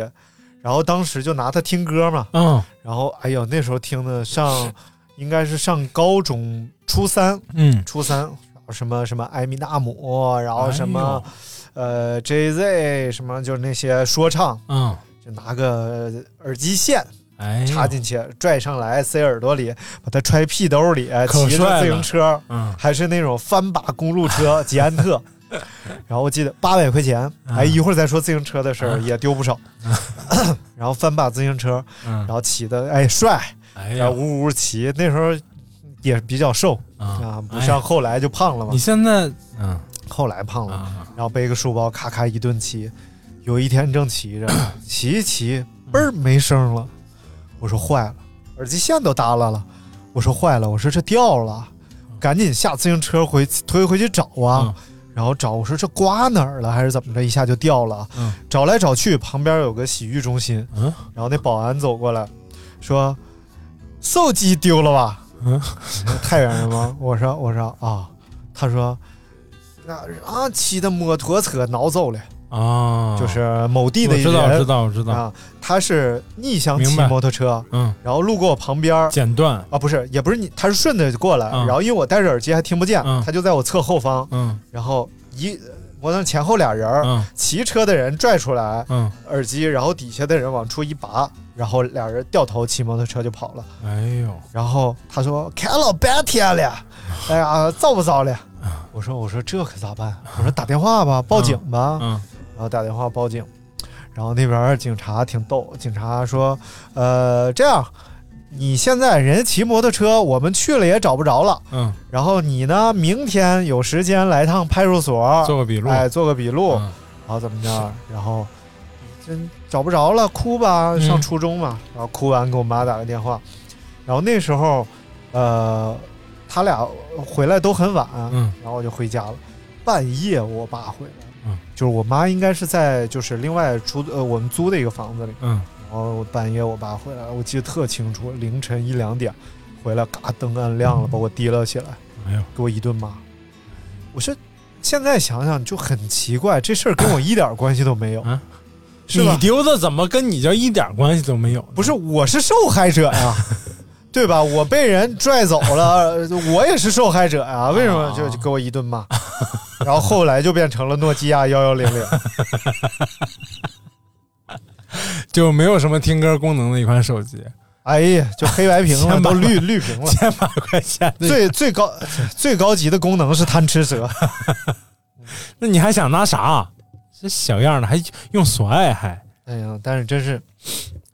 S3: 然后当时就拿它听歌嘛，
S2: 嗯
S3: 然后哎呦那时候听的上应该是上高中初三，
S2: 嗯，
S3: 初三什么什么艾米纳姆，然后
S2: 哎
S3: 什么、呃 JZ 什么就是那些说唱，
S2: 哎呦，嗯，
S3: 就拿个耳机线
S2: 哎，
S3: 插，进去，拽上来塞耳朵里，把它揣屁兜里，
S2: 可
S3: 骑着
S2: 帅
S3: 自
S2: 了
S3: 行车。
S2: 嗯，
S3: 还是那种翻把公路 车捷安特。然后我记得八百块钱，
S2: 啊
S3: 哎，一会儿再说自行车的事儿，也丢不 少。然后翻把自行车，
S2: 嗯
S3: 然，后骑的哎帅，
S2: 哎
S3: 然
S2: 呀
S3: 后，呜呜骑。那时候也比较瘦啊，不像
S2: 哎
S3: 后来就胖了嘛
S2: 你，现在，嗯
S3: 后来胖了，
S2: 啊，
S3: 然后背个书包咔咔一顿骑。有一天正骑 着，骑一骑，嘣儿没声了。我说坏了，耳机线都耷拉了。我说坏了，我说这掉了，赶紧下自行车回推回去找啊。
S2: 嗯
S3: 然后找我说这刮哪儿了还是怎么着，一下就掉了。
S2: 嗯
S3: 找来找去，旁边有个洗浴中心，
S2: 嗯
S3: 然后那保安走过来，说手机丢了吧？
S2: 嗯
S3: 太原人吗？我说我说啊，他说那啊骑的摩托车挠走了，
S2: 啊，
S3: 就是某地
S2: 我
S3: 的一
S2: 知
S3: 个
S2: 道，我知
S3: 人
S2: 道，我知道，
S3: 啊，他是逆向骑
S2: 明白
S3: 摩托车，
S2: 嗯，
S3: 然后路过我旁边儿
S2: 简断，
S3: 啊，不是也不是你，他是顺着就过来，
S2: 嗯
S3: 然后因为我戴着耳机还听不见，
S2: 嗯
S3: 他就在我侧后方，
S2: 嗯
S3: 然后一摩托前后俩人儿，
S2: 嗯
S3: 骑车的人拽出来
S2: 嗯，
S3: 耳机，然后底下的人往出一拔，然后俩人掉头骑摩托车就跑了。
S2: 哎呦，
S3: 然后他说开老半天 了，哎呀，造不造了？
S2: 啊
S3: 我说我说这可咋办？我说打电话吧，报警吧。
S2: 嗯
S3: 然后打电话报警，然后那边警察挺逗，警察说，呃，这样，你现在人骑摩托车，我们去了也找不着了。
S2: 嗯，
S3: 然后你呢，明天有时间来趟派出所，
S2: 做个笔录，
S3: 哎，做个笔录，
S2: 嗯
S3: 然后怎么着？然后真找不着了，哭吧，
S2: 嗯
S3: 上初中嘛。然后哭完给我妈打个电话，然后那时候，呃，他俩回来都很晚，
S2: 嗯
S3: 然后我就回家了。半夜我爸回来，
S2: 嗯
S3: 就是我妈应该是在就是另外出呃我们租的一个房子里，
S2: 嗯
S3: 然后半夜我爸回来，我记得特清楚，凌晨一两点回来，嘎灯按亮了，把我提了起来。
S2: 嗯哎呦，
S3: 给我一顿骂。我说，现在想想就很奇怪，这事儿跟我一点关系都没有，
S2: 啊
S3: 是吧
S2: 你？丢的怎么跟你就一点关系都没有？
S3: 不是，，我是受害者 呀、对吧？我被人拽走了，呃我也是受害者呀、
S2: 啊
S3: 为什么就就给我一顿骂？然后后来就变成了诺基亚幺幺零 零，
S2: 就没有什么听歌功能的一款手机，
S3: 哎呀，就黑白屏了，
S2: 先把
S3: 都绿绿屏 了。
S2: 千把块钱的，
S3: 最最高最高级的功能是贪吃蛇，
S2: 那你还想拿啥？这小样的还用索爱还，
S3: 哎呀，但是真是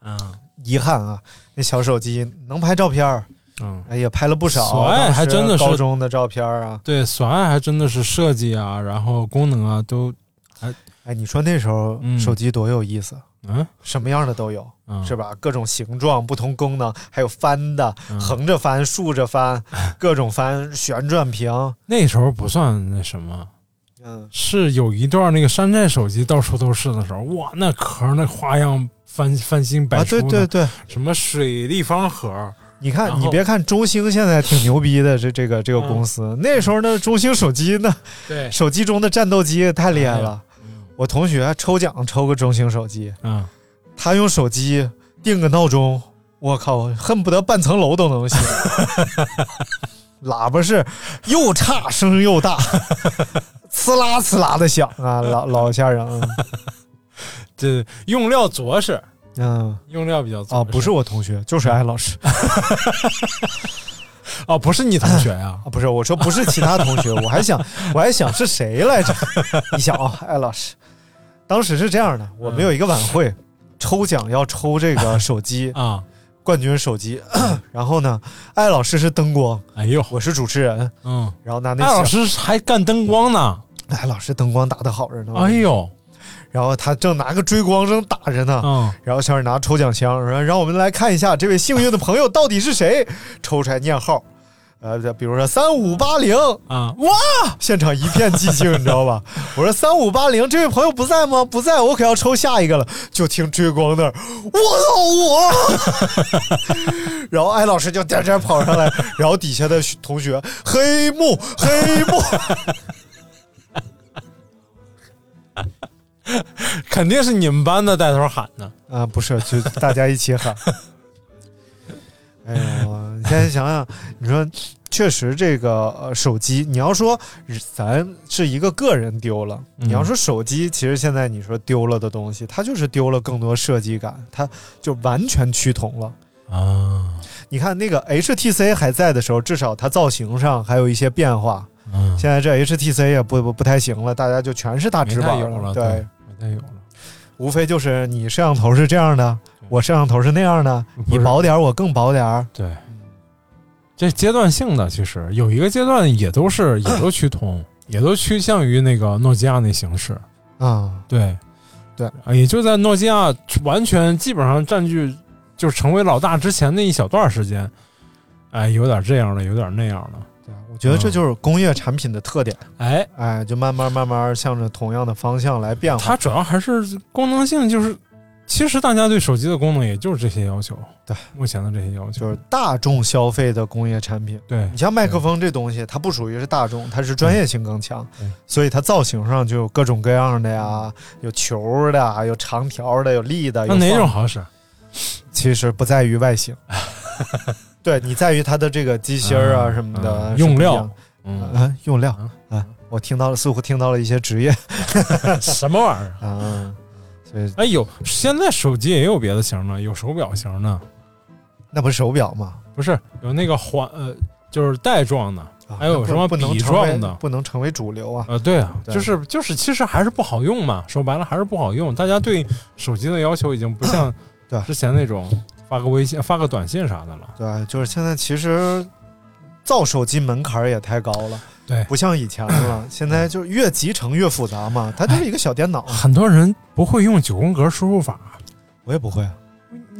S2: 嗯
S3: 遗憾啊！那小手机能拍照片儿，
S2: 嗯。
S3: 哎呀，拍了不少，
S2: 索爱还真的是
S3: 当时高中的照片啊。
S2: 对，索爱还真的是设计啊，然后功能啊，都
S3: 哎，你说那时候
S2: 嗯
S3: 手机多有意思，
S2: 嗯
S3: 什么样的都有，
S2: 嗯
S3: 是吧？各种形状、不同功能，还有翻的、
S2: 嗯
S3: 横着翻、竖着 翻，各种翻、旋转屏。
S2: 那时候不算那什么，
S3: 嗯，
S2: 是有一段那个山寨手机到处都是的时候，哇，那壳儿那花样翻翻新百
S3: 啊，对
S2: 出的、
S3: 对 对，
S2: 什么水立方盒，
S3: 你
S2: 然
S3: 看，
S2: 后嗯
S3: 你别看中兴现在挺牛逼的，这这个这个公司，那时候呢，中兴手机呢，
S2: 对，
S3: 手机中的战斗机太厉害了。
S2: 嗯
S3: 我同学抽奖抽个中兴手机，
S2: 嗯，
S3: 他用手机定个闹钟，我靠，恨不得半层楼都能响。喇叭是又差声又大，呲啦呲啦的响啊，老老吓人啊了。
S2: 这用料着实，
S3: 嗯
S2: 用料比较着
S3: 啊，不
S2: 实
S3: 是我同学，就是艾老师啊，
S2: 哦，不是你同学呀、
S3: 啊不是我说不是其他同学，我还想我还想是谁来着？你想啊，艾老师，当时是这样的，我们有一个晚会，抽奖要抽这个手机
S2: 啊，
S3: 冠军手机，然后呢，艾老师是灯光，
S2: 哎呦，
S3: 我是主持人，
S2: 嗯，
S3: 然后拿那
S2: 艾老
S3: 小
S2: 师还干灯光呢，
S3: 哎，老师灯光打的好着呢。
S2: 哎，呦，
S3: 然后他正拿个追光正打着呢，
S2: 嗯，
S3: 然后小沈拿抽奖箱，说让我们来看一下这位幸运的朋友到底是谁， 抽出来念号。呃，比如说三五八零，
S2: 啊，哇，
S3: 现场一片寂静，你知道吧？我说三五八零，这位朋友不在吗？不在，我可要抽下一个了。就听追光那儿，我操我！ 然后艾老师就颠颠跑上来，然后底下的同学黑幕黑幕，
S2: 肯定是你们班的带头喊的，
S3: 啊，不是，就大家一起 喊。哎呦，你现在想想，你说确实这个呃手机，你要说咱是一个个人丢了，
S2: 嗯
S3: 你要说手机，其实现在你说丢了的东西，它就是丢了更多设计感，它就完全趋同了。
S2: 啊，
S3: 你看那个 HTC 还在的时候，至少它造型上还有一些变化。
S2: 嗯，
S3: 现在这 HTC 也不不不太行了，大家就全是大
S2: 没
S3: 直
S2: 太
S3: 板
S2: 有了，
S3: 对，
S2: 对，没太有了。
S3: 无非就是你摄像头是这样的，我摄像头是那样的，
S2: 不
S3: 你
S2: 是嗯
S3: 薄点儿，我更薄点儿。
S2: 对，这阶段性的其实有一个阶段也都 是也都趋同，也都趋向于那个诺基亚那形式。
S3: 啊、
S2: 对，
S3: 对
S2: 啊，也就在诺基亚完全基本上占据就是成为老大之前那一小段时间，哎，有点这样的，有点那样的，
S3: 对，我觉得
S2: 嗯
S3: 这就是工业产品的特点，
S2: 哎，
S3: 哎，就慢慢慢慢向着同样的方向来变化。
S2: 它主要还是功能性就是其实大家对手机的功能也就是这些要求，
S3: 对，
S2: 目前的这些要求，
S3: 就是大众消费的工业产品。
S2: 对
S3: 你，像麦克风这东西，它不属于是大众，它是专业性更强
S2: 对，
S3: 所以它造型上就有各种各样的呀，有球的啊，有长条的，有立的。
S2: 那
S3: 有
S2: 哪
S3: 方
S2: 种好使？
S3: 其实不在于外 形，对你在于它的这个机芯儿啊什么的
S2: 嗯
S3: 是不一
S2: 用料
S3: 样，
S2: 嗯，
S3: 啊，用料
S2: 啊
S3: 啊，我听到了，似乎听到了一些职业
S2: 什么玩意儿？
S3: 啊，所以
S2: 哎，有现在手机也有别的型的，有手表型的，
S3: 那不是手表吗？
S2: 不是有那个环呃，就是带状的，
S3: 啊
S2: 还有
S3: 那不
S2: 什么
S3: 不能
S2: 笔
S3: 成为
S2: 状的
S3: 不能成为主流啊？
S2: 呃，对啊，
S3: 对
S2: 就是就是，其实还是不好用嘛。说白了还是不好用。大家对手机的要求已经不像
S3: 对
S2: 之前那种发个微信、发个短信啥的了。
S3: 对，就是现在其实造手机门槛儿也太高了，
S2: 对
S3: 不像以前 了，现在就是越集成越复杂嘛，它就是一个小电脑。
S2: 很多人不会用九宫格输入法，
S3: 我也不会啊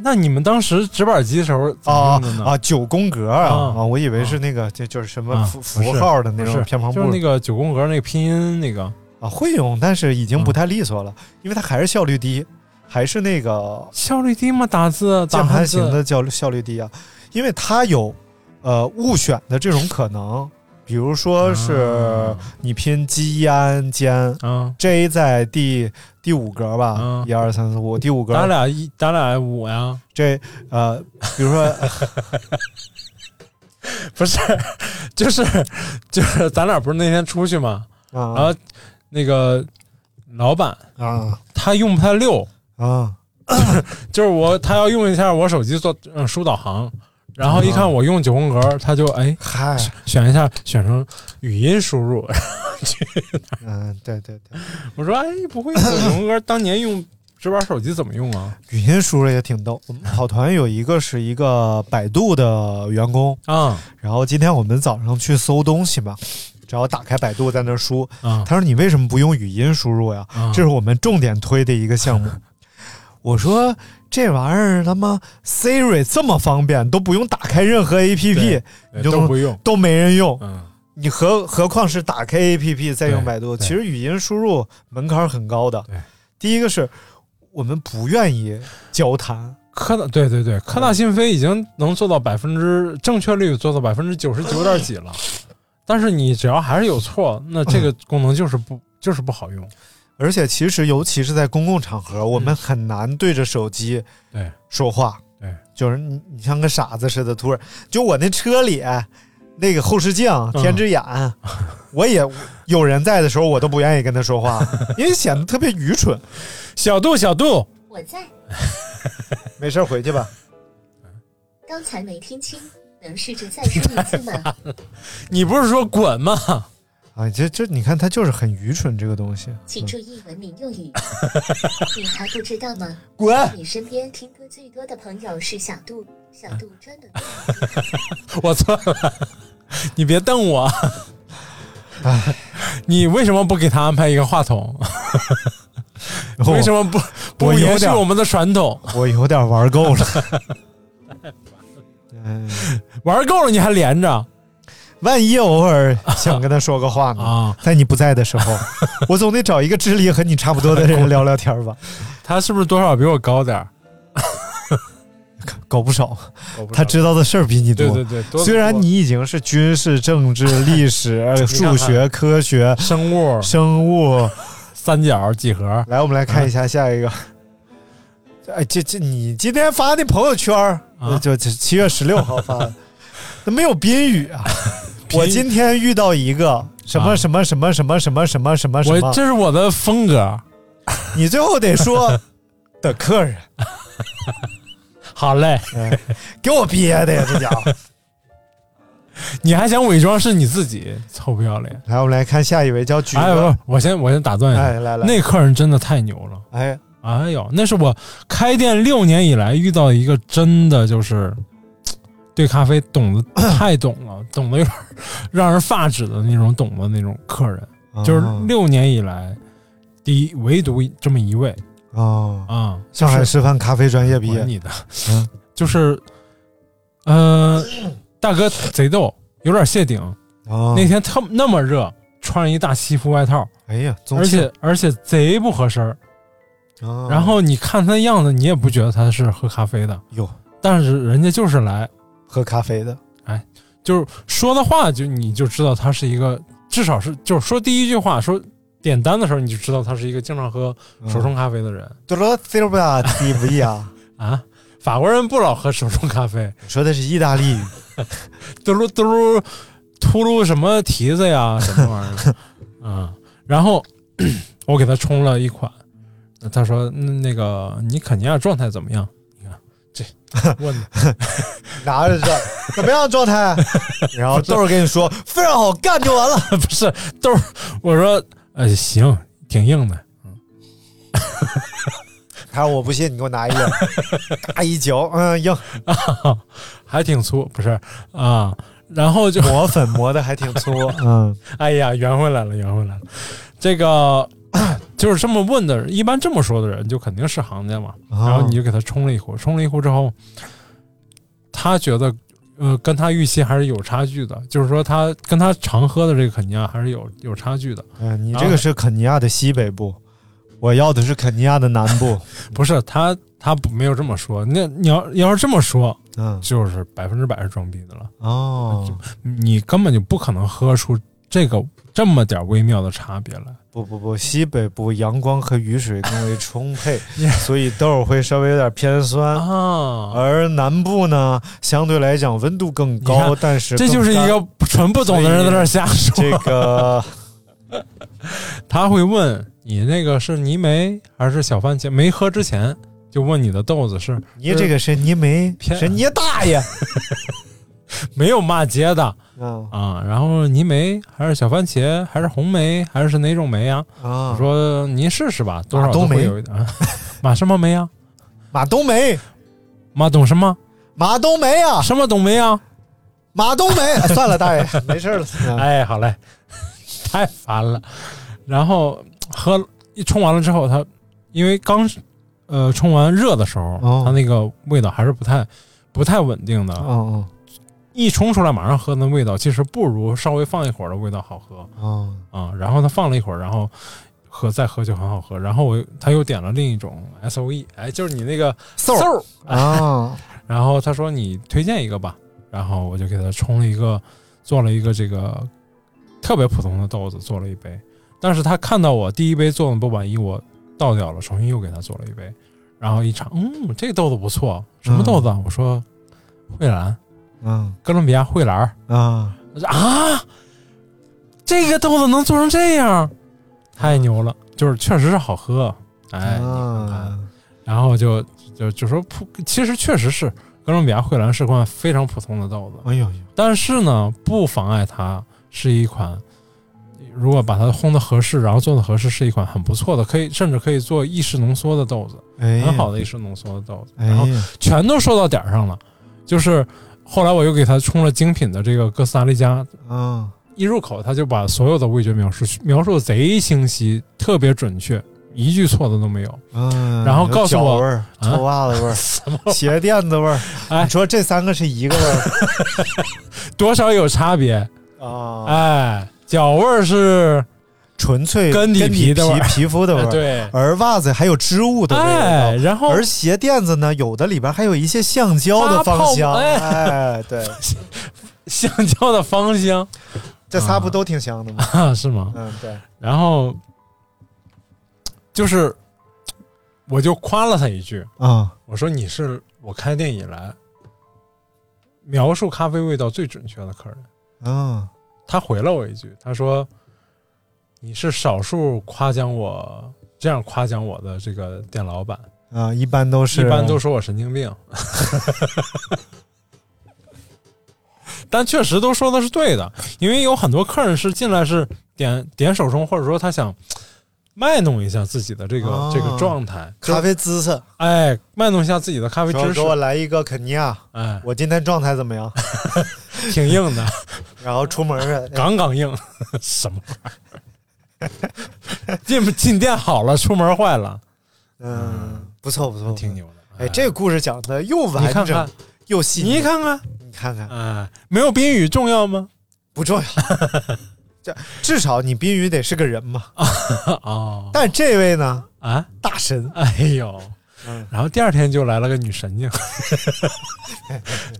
S2: 那你们当时直板机的时候怎么
S3: 啊
S2: 用的呢？
S3: 啊，九宫格啊
S2: 啊
S3: 啊，我以为
S2: 啊
S3: 是那个就就是什么
S2: 啊
S3: 符
S2: 不
S3: 符
S2: 是
S3: 号的那
S2: 不
S3: 种
S2: 是
S3: 偏旁
S2: 就是
S3: 部
S2: 那个九宫格那个拼音那个
S3: 啊，会用，但是已经不
S2: 嗯
S3: 太利索了，因为它还是效率低，还是那个
S2: 效率低嘛，打字打
S3: 键
S2: 汉
S3: 盘
S2: 字
S3: 型的效率效率低啊，因为它有呃误选的这种可能，比如说
S2: 嗯
S3: 是嗯你拼基安间
S2: 啊，
S3: J 在第第五格吧，
S2: 嗯
S3: 一二三四五，第五
S2: 咱
S3: 格
S2: 俩一咱俩五呀，
S3: J 呃，比如 说
S2: 不是，就是就是咱俩不是那天出去嘛，然
S3: 啊
S2: 后那个老板
S3: 啊
S2: 他用不太溜，
S3: 啊
S2: 就是我他要用一下我手机做嗯疏导航，然后一
S3: 嗯
S2: 看我用九宫格，他就哎
S3: 嗨，
S2: 选一下选成语音输入，
S3: 嗯，对对对，
S2: 我说哎不会 用九宫格，当年用直板手机怎么用啊？
S3: 语音输入也挺逗。我们跑团有一个是一个百度的员工，
S2: 啊
S3: 然后今天我们早上去搜东西嘛，然后打开百度在那儿输，
S2: 啊，
S3: 他说你为什么不用语音输入呀？
S2: 啊
S3: 这是我们重点推的一个 项目。我说这玩意儿他妈 Siri 这么方便，都不用打开任何 APP，
S2: 对
S3: 你就
S2: 都不用，
S3: 都没人用，
S2: 嗯，
S3: 你何何况是打开 APP 再用
S2: 对
S3: 百度？
S2: 对
S3: 其实语音输入门槛很高的
S2: 对。
S3: 第一个是我们不愿意交谈，
S2: 科大对对对，科大讯飞已经能做到百分之正确率做到百分之九十九点几了，但是你只要还是有错，那这个功能就是不就是不好用。
S3: 而且其实尤其是在公共场合，我们很难对着手机
S2: 嗯对
S3: 说话。
S2: 对，
S3: 就是你你像个傻子似的，突然就我那车里那个后视镜、
S2: 嗯
S3: 天 之眼，我也有人在的时候，我都不愿意跟他说 话，因为显得特别愚蠢。
S2: 小度小度，
S4: 我在，
S3: 没事儿回去吧。
S4: 刚才没听清，能试着再说一次
S5: 嗯
S4: 吗？
S2: 你不是说滚吗？
S3: 啊，这这你看他就是很愚蠢这个东西。
S4: 请注意文明用 语。你还不知道吗？
S3: 滚！
S4: 你身边听歌最多的朋友是小度，小度专门
S2: 我错了，你别瞪我。你为什么不给他安排一个话筒？为什么不不
S3: 我有
S2: 延续
S3: 点
S2: 哦我们的传统？
S3: 嗯哦我有点玩够 了。嗯，
S2: 玩够了你还连着
S3: 万一偶尔想跟他说个话呢？
S2: 啊？
S3: 在你不在的时候，我总得找一个智力和你差不多的人聊聊天吧。
S2: 他是不是多少比我高点儿？
S3: 搞不少，
S2: 我不知道
S3: 他知道的事儿比你多。
S2: 对对对，多
S3: 虽然
S2: 多
S3: 你已经是军事、政治、历 史、呃数学、科学、
S2: 生物
S3: 生物，
S2: 三角几何，
S3: 来，我们来看一下下一个。哎，这这，你今天发的朋友圈儿，
S2: 嗯
S3: 呃
S2: 啊
S3: 就就七月 十六号发的，那没有宾语啊。
S2: 宾语
S3: 我今天遇到一个什么
S2: 啊
S3: 什么什么什么什么什么什么什
S2: 我
S3: 么，
S2: 这是我的风格。
S3: 你最后得 说的客人，
S2: 好嘞，
S3: 哎给我憋的呀，这家 伙。
S2: 你还想伪装是你自己，臭不要脸！
S3: 来，我们来看下一位，叫举
S2: 哎，
S3: 哥。
S2: 不，我先我先打断一下，
S3: 哎，来来，
S2: 那客人真的太牛了。
S3: 哎，
S2: 哎呦，那是我开店六年以来遇到一个真的就是嘖对咖啡懂得太懂 了，懂得有点儿让人发指的那种懂的那种客人，就是
S3: 啊哦
S2: 六年以来第一唯独这么一位
S3: 哦，
S2: 啊，
S3: 上海
S2: 就是
S3: 师范咖啡专业毕
S2: 管
S3: 业，
S2: 你的，
S3: 嗯
S2: 就是，呃，大哥贼逗，有点谢顶。
S3: 哦，
S2: 那天特那么热，穿着一大西服外套，
S3: 哎呀，
S2: 而
S3: 而且
S2: 且而且贼不合身儿，
S3: 哦
S2: 然后你看他的样子，你也不觉得他是喝咖啡的，
S3: 哟，
S2: 但是人家就是来，
S3: 喝咖啡的，
S2: 就是说的话就你就知道他是一个，至少是就是说第一句话说点单的时候，你就知道他是一个经常喝手冲咖啡的人、
S3: 多嗯罗西罗巴蒂不一样，
S2: 啊。法国人不老喝手冲咖啡，
S3: 我说的是意大利语，
S2: 嘟噜嘟噜秃噜什么蹄子呀，什么玩意儿的，嗯，然后 我给他冲了一款，他说嗯那个你肯尼亚状态怎么样？你看这问的
S3: 拿着这 怎么样状 态？然后豆儿跟你说非常好，干就完了。
S2: 不是豆儿，我说呃行，挺硬的，
S3: 他说我不信，你给我拿一 个，嘎一嚼，嗯，硬，
S2: 还挺粗，不是啊，然后就
S3: 磨粉磨的还挺粗，嗯，
S2: 哎呀，圆回来了，圆回来了。这个 就是这么问的人，一般这么说的人就肯定是行家嘛。
S3: 哦
S2: 然后你就给他冲了一壶，冲了一壶之后，他觉得呃跟他预期还是有差距的，就是说他跟他常喝的这个肯尼亚还是有有差距的。
S3: 嗯，你这个是肯尼亚的西北部，我要的是肯尼亚的南部，
S2: 不是他他不没有这么说，那你要要是这么说，
S3: 嗯，
S2: 就是百分之百是装逼的了，
S3: 哦，
S2: 你根本就不可能喝出这个这么点微妙的差别来。
S3: 不不不，西北部阳光和雨水更为充 沛，所以豆儿会稍微有点偏酸。
S2: 啊
S3: 而南部呢，相对来讲温度更
S2: 你
S3: 高，
S2: 看
S3: 但是
S2: 这就是一
S3: 更干
S2: 个纯不懂的人在那儿瞎说。
S3: 这个
S2: 他会问你那个是泥煤还是小番茄？没喝之前就问你的豆子是
S3: 你这个是泥煤，
S2: 偏
S3: 是你大爷，
S2: 没有骂街的
S3: 嗯
S2: 啊。然后泥煤还是小番茄还是红梅还是哪种梅呀、
S3: 啊，
S2: 我说您试试吧，多少
S3: 马冬梅
S2: 会有一点。啊马什么梅呀、
S3: 马冬梅，
S2: 马懂什么？
S3: 马冬梅啊，
S2: 什么懂梅呀、
S3: 马冬梅， 哎算了，大爷，没事了。嗯
S2: 哎，好嘞， 太烦了。然后喝了一冲完了之后，他因为刚呃冲完热的时候，
S3: 哦
S2: 它那个味道还是不太不太稳定的。
S3: 哦
S2: 一冲出来马上喝那味道，其实不如稍微放一会儿的味道好喝
S3: 哦哦，
S2: 啊、然后他放了一会儿，然后喝再喝就很好喝。然后我他又点了另一种 S O E，哎，就是你那个
S3: 嗖
S2: 嗖儿
S3: 啊，
S2: 然后他说你推荐一个吧，然后我就给他冲了一个，做了一个这个特别普通的豆子，做了一杯。但是他看到我第一杯做的不满意，我倒掉了，重新又给他做了一杯。然后一尝，嗯，这豆子不错，什么豆子啊？我说蕙兰，
S3: 嗯
S2: 哥伦比亚蕙兰儿。
S3: 啊，
S2: 他说啊，这个豆子能做成这样，太牛了！就是确实是好喝，哎，你看看。
S3: 啊
S2: 然后就就就说普，其实确实是哥伦比亚蕙兰是款非常普通的豆子，
S3: 哎呦呦，
S2: 但是呢，不妨碍它是一款，如果把它烘的合适，然后做的合适，是一款很不错的，可以甚至可以做意式浓缩的豆子，
S3: 哎呀，
S2: 很好的意式浓缩的豆子。
S3: 哎
S2: 然后
S3: 呀，
S2: 全都说到点儿上了，就是后来我又给它冲了精品的这个哥斯达黎加。
S3: 啊，
S2: 一入口，他就把所有的味觉描述描述得贼清晰，特别准确，一句错的都没有。
S3: 嗯，
S2: 然后告
S3: 有
S2: 诉
S3: 脚
S2: 我啊
S3: 味儿、臭袜子味儿、鞋垫子味儿，
S2: 哎
S3: 你说这三个是一个味儿
S2: 多少有差别，
S3: 啊？
S2: 哎，脚味儿是，
S3: 纯粹
S2: 跟你
S3: 你
S2: 皮的味儿
S3: 皮肤的味
S2: 哎
S3: 儿，
S2: 对，
S3: 而袜子还有织物的味道
S2: 哎，。然后
S3: 啊而鞋垫子呢，有的里边还有一些橡胶的芳香，
S2: 发泡
S3: 哎，对，
S2: 橡胶的 芳香
S3: 这仨不都挺香的吗？
S2: 啊，是吗？
S3: 嗯，对，
S2: 然后就是，我就夸了他一句，
S3: 啊，
S2: 我说你是我开店以来描述咖啡味道最准确的客人。
S3: 嗯，
S2: 他回了我一句，他说：“你是少数夸奖我这样夸奖我的这个店老板，
S3: 啊，一般都是，
S2: 一般都说我神经病。 但确实都说的是对的，因为有很多客人是进来是点点手冲，或者说他想卖弄一下自己的这个、
S3: 哦
S2: 这个状态，
S3: 咖啡姿势，
S2: 哎，卖弄一下自己的咖啡
S3: 说
S2: 知
S3: 给
S2: 识，
S3: 我来一个肯尼亚，
S2: 哎，
S3: 我今天状态怎么 样？
S2: 挺 硬的，
S3: 然后出门儿哎
S2: 杠杠硬， 什么玩意儿？进进店好了，出门坏了，
S3: 嗯，不错不错，不错
S2: 挺。牛的。
S3: 哎，这个故事讲的又
S2: 你看
S3: 完
S2: 看
S3: 整，又细腻，
S2: 你看看，
S3: 你看看，
S2: 哎，没有宾语重要吗？
S3: 不重要，这至少你宾语得是个人嘛。
S2: 哦
S3: 但这位呢，
S2: 啊，
S3: 大神，
S2: 哎呦
S3: 嗯，
S2: 然后第二天就来了个女神经，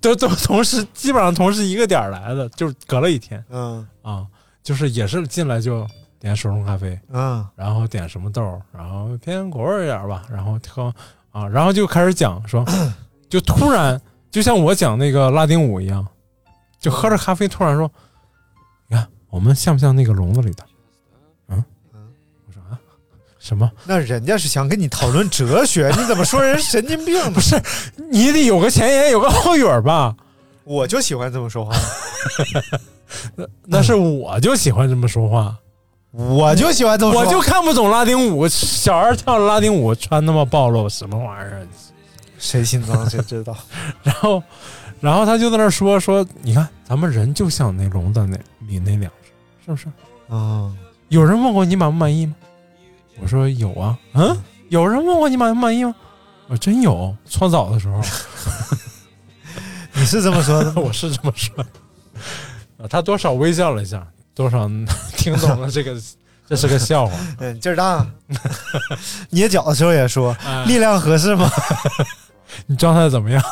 S2: 都都同时基本上同时一个点儿来的，就是隔了一天
S3: 嗯
S2: 啊，就是也是进来就点手冲咖啡，
S3: 嗯
S2: 然后点什么豆儿，然后偏果味儿一点儿吧，然后喝啊，然后就开始讲 说，就突然就像我讲那个拉丁舞一样，就喝着咖啡突然说，你看我们像不像那个笼子里的？嗯
S3: 嗯，
S2: 我说啊什么？
S3: 那人家是想跟你讨论哲学，你怎么说人神经病 呢
S2: 不？是你得有个前言，有个后语儿吧？
S3: 我就喜欢这么说话，
S2: 那是我就喜欢这么说话，
S3: 我就喜欢这么说
S2: 我
S3: 话，
S2: 就看不懂拉丁舞，小孩儿跳拉丁舞穿那么暴露，什么玩意儿？
S3: 谁心脏谁知道。
S2: 然后，然后他就在那儿说说，你看咱们人就像那笼子那里那两只，是不是？
S3: 嗯，
S2: 有人问过你满不满意吗？我说有啊，嗯，有人问过你满不满意吗？我真有，搓澡的时候
S3: 你是这么说的吗？
S2: 我是这么说的。啊他多少微笑了一下，多少 听懂了这个，这是个笑话。
S3: 嗯，劲儿大。 捏脚的时候也说
S2: 哎
S3: 力量合适吗？
S2: 你状态怎么样？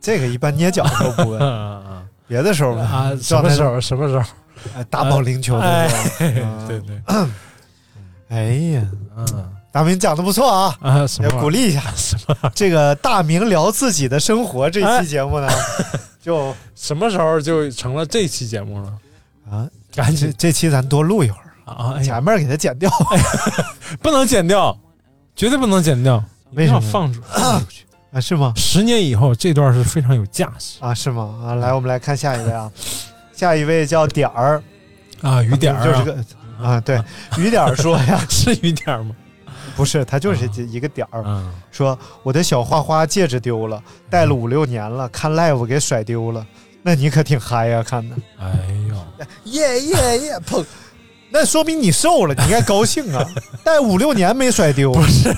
S3: 这个一般捏脚都 不问，
S2: 啊
S3: 别的时候
S2: 啊，
S3: 吧，
S2: 什么时候？什么时候？哎
S3: 哎打保龄球的时候。
S2: 对
S3: 嗯，
S2: 对，
S3: 哎呀，
S2: 嗯
S3: 大明讲的不错啊，
S2: 啊，什
S3: 要
S2: 么玩意儿
S3: 鼓励一下。
S2: 什么
S3: 这个大明聊自己的生活这期节目呢，
S2: 哎
S3: 就
S2: 什么时候就成了这期节目了？
S3: 啊，
S2: 赶
S3: 这
S2: 紧
S3: 这期咱多录一会儿，
S2: 啊！哎哎呀，
S3: 前面给它剪掉。
S2: 不能剪掉，绝对不能剪掉，
S3: 为什么
S2: 一定要放出放出去？
S3: 啊，是 吗？
S2: 十年以后这段是非常有价值
S3: 啊，是吗？啊，来，我们来看下一位啊，下一位叫点儿，
S2: 啊！雨点儿、啊、
S3: 就是个啊，对，雨点儿说呀，
S2: 是雨点儿吗？
S3: 不是，他就是一个点儿，
S2: 嗯，
S3: 说我的小花花戒指丢了，戴了五六年了，
S2: 嗯
S3: 看 live 给甩丢了，那你可挺嗨呀、看 的，
S2: 哎呦，
S3: 耶耶耶，砰。那说明你瘦了，你应该高兴 啊！戴五六年没甩丢，
S2: 不是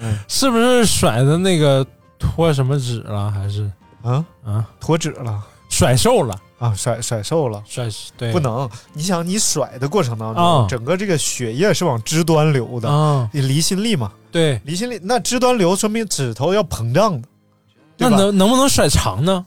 S3: 嗯，
S2: 是不是甩的那个脱什么脂了？还是
S3: 啊，
S2: 啊，
S3: 脱脂了
S2: 甩瘦了？
S3: 啊，甩甩瘦了，
S2: 甩对，
S3: 不能。你想，你甩的过程当中，
S2: 啊
S3: 整个这个血液是往肢端流的，
S2: 啊，
S3: 你离心力嘛，
S2: 对，
S3: 离心力，那肢端流说明指头要膨胀的，
S2: 那
S3: 对吧？
S2: 能能不能甩长呢？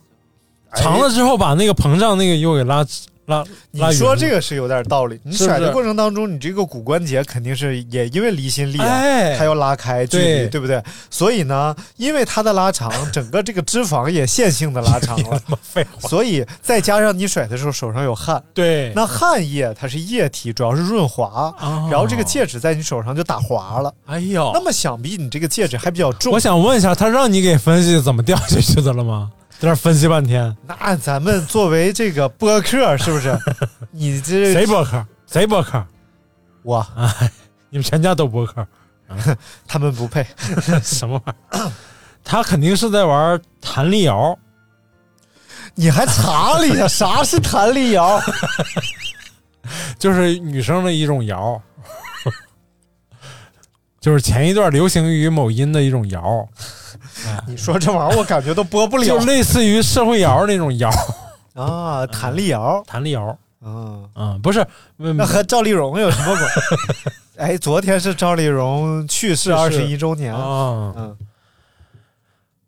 S3: 哎
S2: 长了之后把那个膨胀那个又给拉拉
S3: 你
S2: 拉匀
S3: 说
S2: 了
S3: 这个是有点道理。你
S2: 是不
S3: 甩的
S2: 是
S3: 过程当中，你这个骨关节肯定是也因为离心力啊，
S2: 哎，
S3: 它要拉开距离，
S2: 对
S3: 对不对？所以呢，因为它的拉长，整个这个脂肪也线性的拉长 了，
S2: 废话，
S3: 所以再加上你甩的时候手上有汗，
S2: 对，
S3: 那汗液它是液体，主要是润滑，
S2: 哦
S3: 然后这个戒指在你手上就打滑了。
S2: 哎呦，
S3: 那么想必你这个戒指还比较重
S2: 我，想问一下，他让你给分析怎么掉下去的了吗？在那儿分析半天，
S3: 那咱们作为这个播客，是不是？你这
S2: 谁啊播客？谁播客？
S3: 我
S2: 你们全家都播 客？
S3: 他们不配。
S2: 什么玩意儿？他肯定是在玩弹力摇，
S3: 你还查了一下啥是弹力摇？
S2: 就是女生的一种摇， 就是前一段流行于某音的一种摇，
S3: 你说这玩意儿，我感觉都播不
S2: 就
S3: 了
S2: 类似于社会摇那 种摇，
S3: 啊！弹力摇
S2: 弹力摇。
S3: 啊，
S2: 嗯，不是，嗯
S3: 那和赵丽蓉有什么关？哎，昨天是赵丽蓉去世二十一周年，
S2: 啊，
S3: 嗯，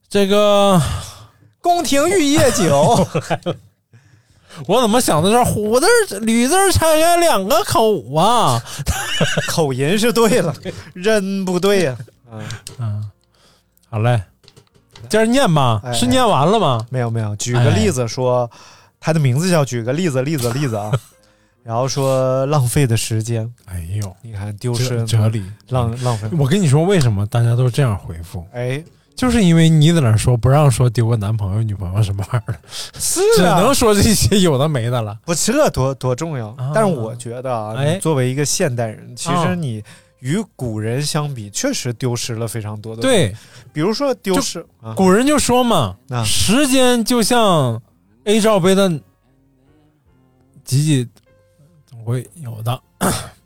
S2: 这个
S3: 宫廷玉液酒，
S2: 我怎么想的是虎字儿吕字儿前面两个口啊？
S3: 口音是对 了，人不对呀。嗯，
S2: 嗯，好嘞，接着念吧，
S3: 哎
S2: 是念完了吗？
S3: 没有没有，举个例子说，他的名字叫举个例子例子例子啊， 然后说浪费的时间，
S2: 哎呦，啊
S3: 你看丢
S2: 哲
S3: 失
S2: 哲理。
S3: 浪浪 费，
S2: 我跟你说，为什么大家都这样回复？
S3: 哎，
S2: 就是因为你在那儿说不让说丢个男朋友、女朋友什么玩意儿的，
S3: 是
S2: 只
S3: 啊，
S2: 能说这些有的没的了。
S3: 不，这多多重要
S2: 啊。
S3: 但是我觉得啊，
S2: 哎
S3: 你作为一个现代人，其
S2: 啊
S3: 实你与古人相比，确实丢失了非常多的。，
S2: 对，啊
S3: 比如说丢失啊，
S2: 古人就说嘛，
S3: 啊
S2: 时间就像 A 罩杯的几几，总会有的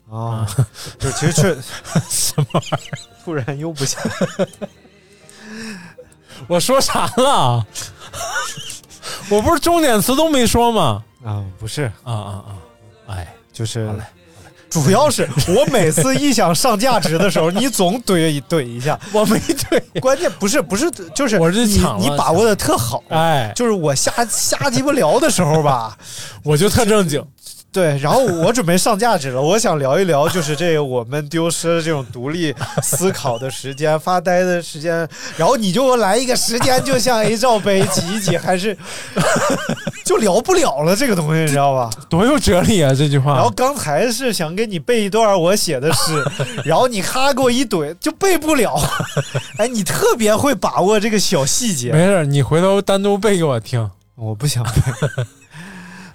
S3: 啊，就 其实确
S2: 什么玩意儿？
S3: 突然又不 想，
S2: 我说啥了？ 我不是重点词都没说吗？
S3: 啊，不是，
S2: 啊啊啊！哎，
S3: 就是。主要是我每次一想上价值的时 候，你总怼怼一下。
S2: 我没对，
S3: 关键不是不是，就是
S2: 我是
S3: 你
S2: 抢了
S3: 你把握的特好。啊
S2: 哎，
S3: 就是我瞎瞎鸡巴聊的时候吧，
S2: 我就特正经，
S3: 对，然后我准备上价值了，我想聊一聊，就是这个我们丢失了这种独立思考的时间、发呆的时间，然后你就给我来一个时间，就像 A 罩杯挤一挤，还是就聊不了了这个东西，你知道吧？
S2: 多有哲理啊！这句话，
S3: 然后刚才是想给你背一段我写的诗，然后你咔给我一怼，就背不了。哎，你特别会把握这个小细节，
S2: 没事儿，你回头单独背给我听。
S3: 我不想背，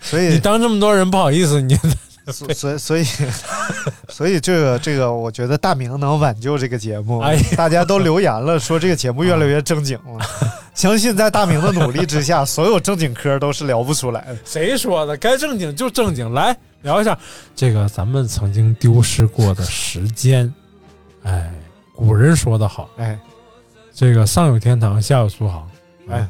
S3: 所 以
S2: 你当这么多人不好意 思，你
S3: 所所以所以所以这个这个，我觉得大明能挽救这个节目。
S2: 哎呀
S3: 大家都留言了，说这个节目越来越正经了。相信在大明的努力之下，所有正经科都是聊不出来的。
S2: 谁说的？该正经就正经，来聊一下这个咱们曾经丢失过的时间。哎，古人说的好，
S3: 哎，
S2: 这个上有天堂，下有苏杭。
S3: 哎，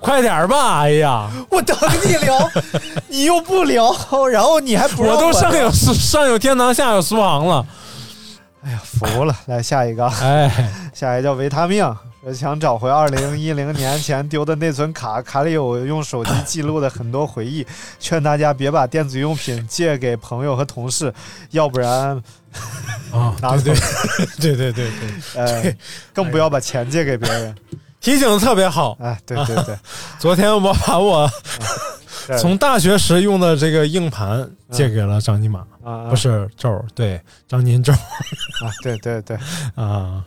S2: 快点儿吧！哎呀，
S3: 我等你聊，你又不聊，然后你还不让
S2: 我都上
S3: 聊
S2: 有上有天堂，下有苏杭了。
S3: 哎呀，服了。来下一个啊，
S2: 哎，
S3: 下一个叫维他命，说想找回二零一零年前丢的内存卡，卡里有用手机记录的很多回忆。 劝大家别把电子用品借给朋友和同事，要不然
S2: 啊，
S3: 拿
S2: 对
S3: 走，
S2: 对对对对 对，
S3: 呃，更不要把钱借给别人。
S2: 提醒得特别好。
S3: 哎，对对 对，
S2: 昨天我把我
S3: 对
S2: 从大学时用的这个硬盘借给了张尼玛，
S3: 啊
S2: 不是周儿，对张金周
S3: 啊，对对对，
S2: 啊，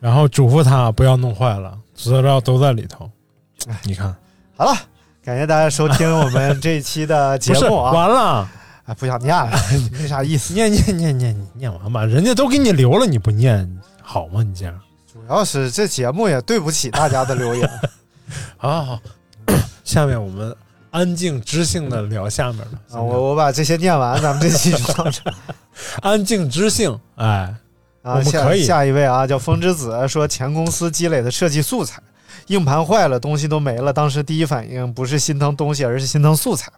S2: 然后嘱咐他不要弄坏了，资料都在里头。
S3: 哎
S2: 你看，
S3: 好了。感谢大家收听我们这一期的节
S2: 不是
S3: 目啊！
S2: 完了，
S3: 哎，不想念了，没啥意思。
S2: 念念念念你念完吧，人家都给你留了，你不念好吗？你这样，
S3: 主要是这节目也对不起大家的 留言。
S2: 好好
S3: 啊
S2: 好， 下面我们安静知性的聊下面了
S3: 啊，我我把这些念完，咱们这期就到这儿。
S2: 安静知性，哎，我
S3: 啊，
S2: 们
S3: 下
S2: 可以
S3: 下一位啊，叫风之子，说前公司积累的设计素材，硬盘坏了，东西都没了。当时第一反应不是心疼东西，而是心疼素材。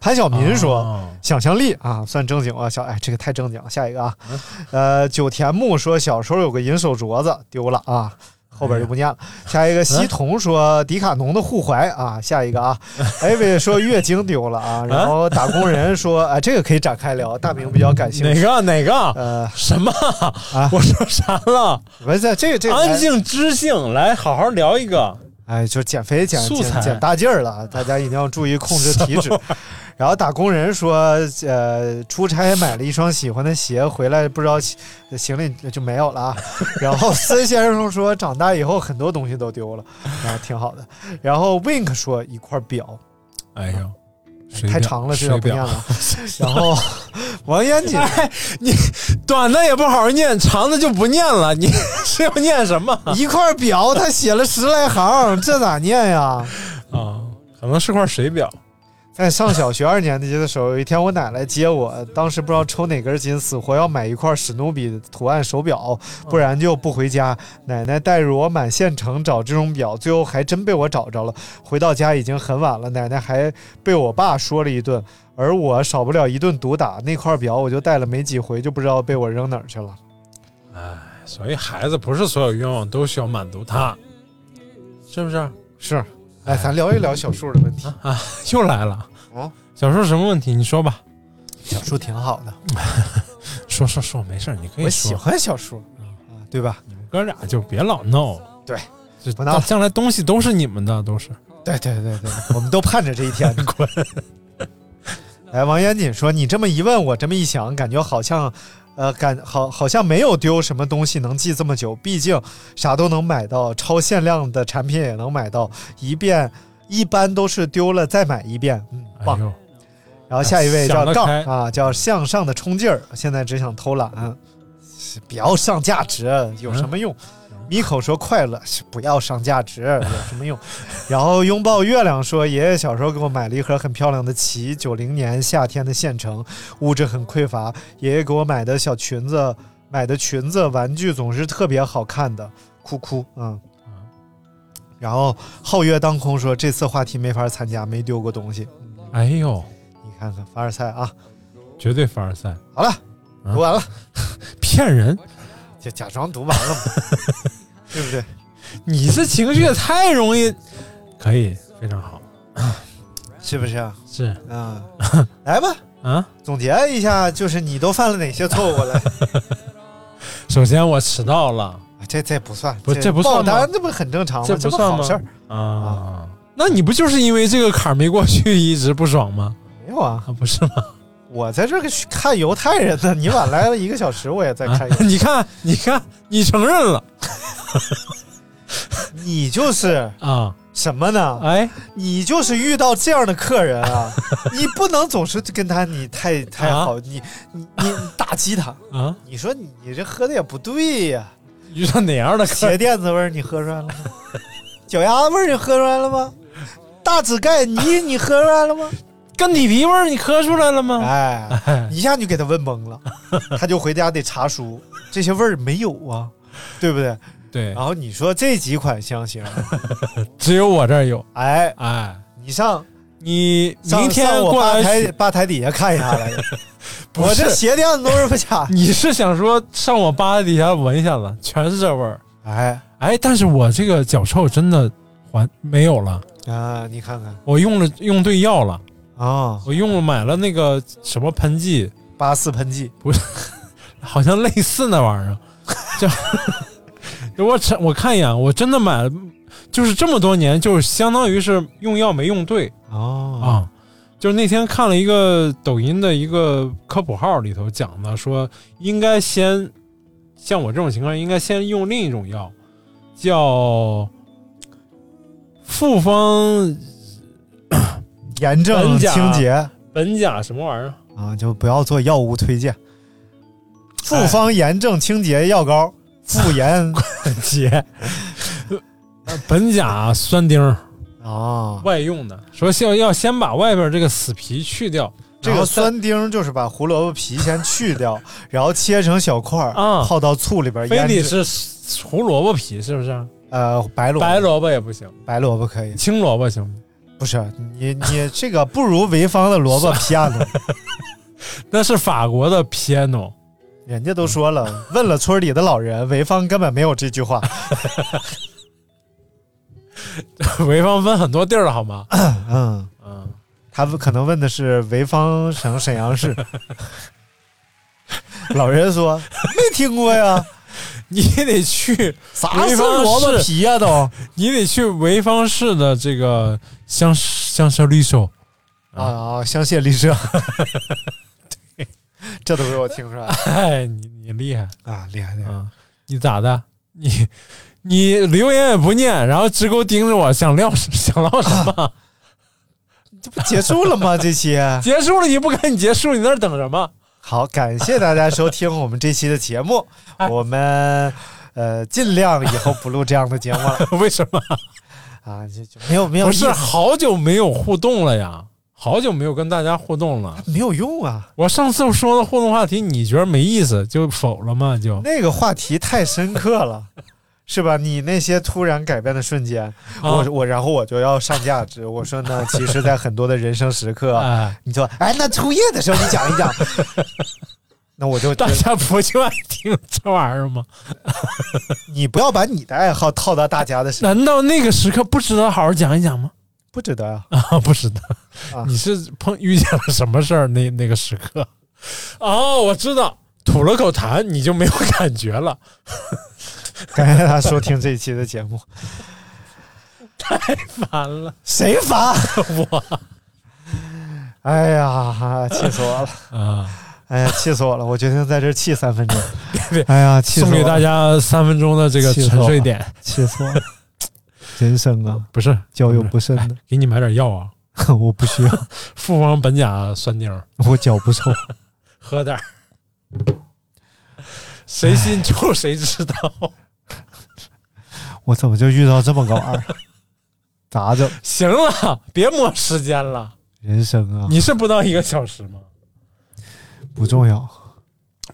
S3: 潘晓明说。
S2: 哦
S3: 想象力啊，算正经啊，小哎，这个太正经了。下一个啊，呃，九田木说小时候有个银手镯子丢了
S2: 哎
S3: 啊，后边就不念了。下一个西童说迪卡侬的护踝啊，下一个 啊，艾薇说月经丢了啊，然后打工人说哎，这个可以展开聊，大明比较感兴
S2: 哪
S3: 趣。
S2: 个哪个
S3: 呃，
S2: 什么？我说啥了？
S3: 不是啊这个这个
S2: 安静知性，来好好聊一个。
S3: 哎，就减肥减
S2: 素材
S3: 减减大劲儿了，大家一定要注意控 制体脂。然后打工人说，呃，出差买了一双喜欢的鞋，回来不知道行行李就没有了啊。 然后孙先生说，长大以后很多东西都丢了，啊，挺好的。然后 Wink 说一块表，
S2: 哎呦，水
S3: 太
S2: 表
S3: 长了，这
S2: 水
S3: 要不念
S2: 表
S3: 了。然后王嫣 姐，
S2: 短的也不好好念，长的就不念了。你 是要念什么
S3: 一块表，他写了十来行，这咋念呀？
S2: 啊？可能是块水表。
S3: 在上小学二年级的时候，有一天我奶奶接我，当时不知道抽哪根筋，死活要买一块史努比图案手表，不然就不回家。奶奶带着我满县城找这种表，最后还真被我找着了。回到家已经很晚了，奶奶还被我爸说了一顿，而我少不了一顿毒打。那块表我就戴了没几回，就不知道被我扔哪儿去了。
S2: 所以孩子不是所有愿望都需要满足他，是不是？
S3: 是，哎，咱聊一聊小树的问题。
S2: 哎又来了。
S3: 哦
S2: 小时候什么问题？你说吧，
S3: 小树挺好的，
S2: 说说说，没事儿，你可以
S3: 我喜
S2: 说。嗯
S3: 欢小树，啊，对吧？
S2: 你们哥俩就别老闹了。
S3: 对，
S2: 就
S3: 不闹了
S2: 将来东西都是你们的，都是。
S3: 对对对对，我们都盼着这一 天。 滚！哎，王严谨说：“你这么一问，我这么一想，感觉好像，呃，感好好像没有丢什么东西能记这么久。毕竟啥都能买到，超限量的产品也能买到，一遍一般都是丢了再买一遍。嗯，
S2: 哎
S3: 棒。
S2: 呦，
S3: 然后下一位叫
S2: 想得
S3: 杠
S2: 开
S3: 啊，叫向上的冲劲儿，现在只想偷懒，不要上价值，有什么用？
S2: 嗯
S3: 米口说快乐，不要上价值， 有什么用？然后拥抱月亮说，爷爷小时候给我买了一盒很漂亮的旗，九零年夏天的县城，物质很匮乏，爷爷给我买的小裙子，买的裙子玩具总是特别好看的，哭哭，嗯。然后皓月当空说这次话题没法参加，没丢过东西。嗯
S2: 哎呦，
S3: 你看看凡尔赛啊！
S2: 绝对凡尔赛，
S3: 好了，
S2: 嗯
S3: 读完了，
S2: 骗人！
S3: 就啊假装读完了 嘛，对不对？
S2: 你这情绪也太容易，可以非常好，
S3: 是不是啊？
S2: 是
S3: 嗯，来吧，
S2: 啊。
S3: 总结一下，就是你都犯了哪些错 误了？
S2: 首先我迟到了，
S3: 啊这这不算，
S2: 不这不算
S3: 爆
S2: 吗
S3: 单，这不很正常哦吗？这
S2: 不算
S3: 好
S2: 吗
S3: 事儿，？
S2: 啊，那你不就是因为这个坎儿没过去一直不爽吗？
S3: 没有啊，
S2: 啊，不是吗？
S3: 我在这儿看犹太人呢，你晚来了一个小时，我也在
S2: 啊
S3: 看犹，太人。
S2: 你看，你看，你承认了
S3: 你就是
S2: 啊？
S3: 什么呢？
S2: 哎，
S3: 你就是遇到这样的客人 啊，你不能总是跟他你太太好，你你你你打击他。
S2: 啊，
S3: 你说你你这喝的也不对呀、
S2: 遇上哪样 的客
S3: 鞋
S2: 人？
S3: 垫子味儿你喝出来了 吗？脚丫味儿你喝出来了吗？大指盖泥你喝出来了 吗？
S2: 跟你皮味儿你咳出来了吗？
S3: 哎，一下就给他问懵 了，他就回家得查书，这些味儿没有啊，对不对？
S2: 对
S3: 然，后你说这几款香型，
S2: 只有我这儿有。
S3: 哎，
S2: 哎，
S3: 你上
S2: 你
S3: 上
S2: 明天
S3: 上我
S2: 过
S3: 吧
S2: 来
S3: 台
S2: 取，
S3: 吧台底下看一下来着，
S2: 不
S3: 我
S2: 是。
S3: 这鞋垫子都是不假
S2: 你是想说上我吧台底下闻一下子，全是这味儿？
S3: 哎
S2: 哎，但是我这个脚臭真的还没有了，
S3: 啊，你看看
S2: 我用了用对药了，
S3: 啊，
S2: 我用了买了那个什么喷剂，
S3: 八四喷剂，
S2: 好像类似那玩意儿， 叫我查我看一眼，我真的买了，就是这么多年，就是相当于是用药没用对
S3: 哦
S2: 啊。就是那天看了一个抖音的一个科普号里头讲的，说应该先像我这种情况，应该先用另一种药，叫复方
S3: 炎症
S2: 苯甲
S3: 清洁啊，
S2: 苯甲什么玩意儿？
S3: 就不要做药物推
S2: 哎
S3: 荐。复方炎症清洁药膏，复 炎
S2: 姐，呃苯甲酸丁儿
S3: 啊，
S2: 外用的，说先要先把外边这个死皮去掉，
S3: 这
S2: 然后
S3: 个
S2: 再
S3: 酸丁就是把胡萝卜皮先去掉，然后切成小块儿，
S2: 啊
S3: 泡到醋里边
S2: 非
S3: 腌
S2: 得
S3: 制。
S2: 是胡萝卜皮，是不是？
S3: 呃，白萝卜
S2: 白萝卜也不行，
S3: 白萝卜可以，
S2: 青萝卜行吗？
S3: 不是你你这个不如潍坊的萝卜皮亚 诺，
S2: 那是法国的哦 piano，
S3: 人家都说了，问了村里的老人，潍坊根本没有这句话。
S2: 潍坊分很多地儿了，好吗？
S3: 嗯，
S2: 嗯，
S3: 他们可能问的是潍坊省沈阳 市。老人说没听过呀，
S2: 你得去，
S3: 啥是萝卜皮呀、都
S2: 你得去潍坊市的这个香香榭丽舍，
S3: 啊啊！香榭丽舍， 这都被我听出来了
S2: 哎，你你厉害
S3: 啊，厉害厉害！
S2: 啊！你咋的？你 你留言也不念，然后直勾盯着我，想聊想唠什么？
S3: 这不结束了吗？这期
S2: 结束了，你不赶紧结束，你那儿等什么？
S3: 好，感谢大家收听我们这期的节目，我们呃尽量以后不录这样的节目了
S2: 为什么？
S3: 啊，就就没有没有
S2: 不
S3: 意
S2: 是
S3: 思
S2: 好久没有互动了呀，好久没有跟大家互动了。
S3: 没有用啊。
S2: 我上次说的互动话题，你觉得没意思就否了吗？就
S3: 那个话题太深刻了，是吧？你那些突然改变的瞬间，我我然后我就要上价值。我说呢，其实，在很多的人生时刻，
S2: 哎，
S3: 你说，哎，那初夜的时候你讲一 讲，那我就
S2: 大家不就爱听这玩意儿吗？
S3: 你不要把你的爱好套到大家的身上，
S2: 难道那个时刻不值得好好讲一讲吗？
S3: 不值得啊。
S2: 啊，不值得
S3: 啊。
S2: 你是碰遇见了什么事儿？那那个时刻？哦，我知道，吐了口痰，你就没有感觉了。
S3: 感谢大家收听这一期的节目，
S2: 完了，
S3: 谁 烦？
S2: 我
S3: 哎呀，气死我了！
S2: 啊。
S3: 哎呀，气死我了！我决定在这儿气三分钟
S2: 别。
S3: 哎呀，气死
S2: 送
S3: 我
S2: 给大
S3: 了！
S2: 家三分钟的这个
S3: 气死
S2: 沉
S3: 我
S2: 睡
S3: 了
S2: 点，
S3: 气死我了！人生啊，
S2: 不是
S3: 交友不慎的。
S2: 给你买点药啊，
S3: 我不需要，
S2: 复方苯甲酸锭儿，
S3: 我脚不臭。
S2: 喝点儿。谁信就谁知道，
S3: 我怎么就遇到这么个玩意儿？咋整？
S2: 行了，别磨时间了。
S3: 人生啊，
S2: 你是不到一个小时吗？
S3: 不重要。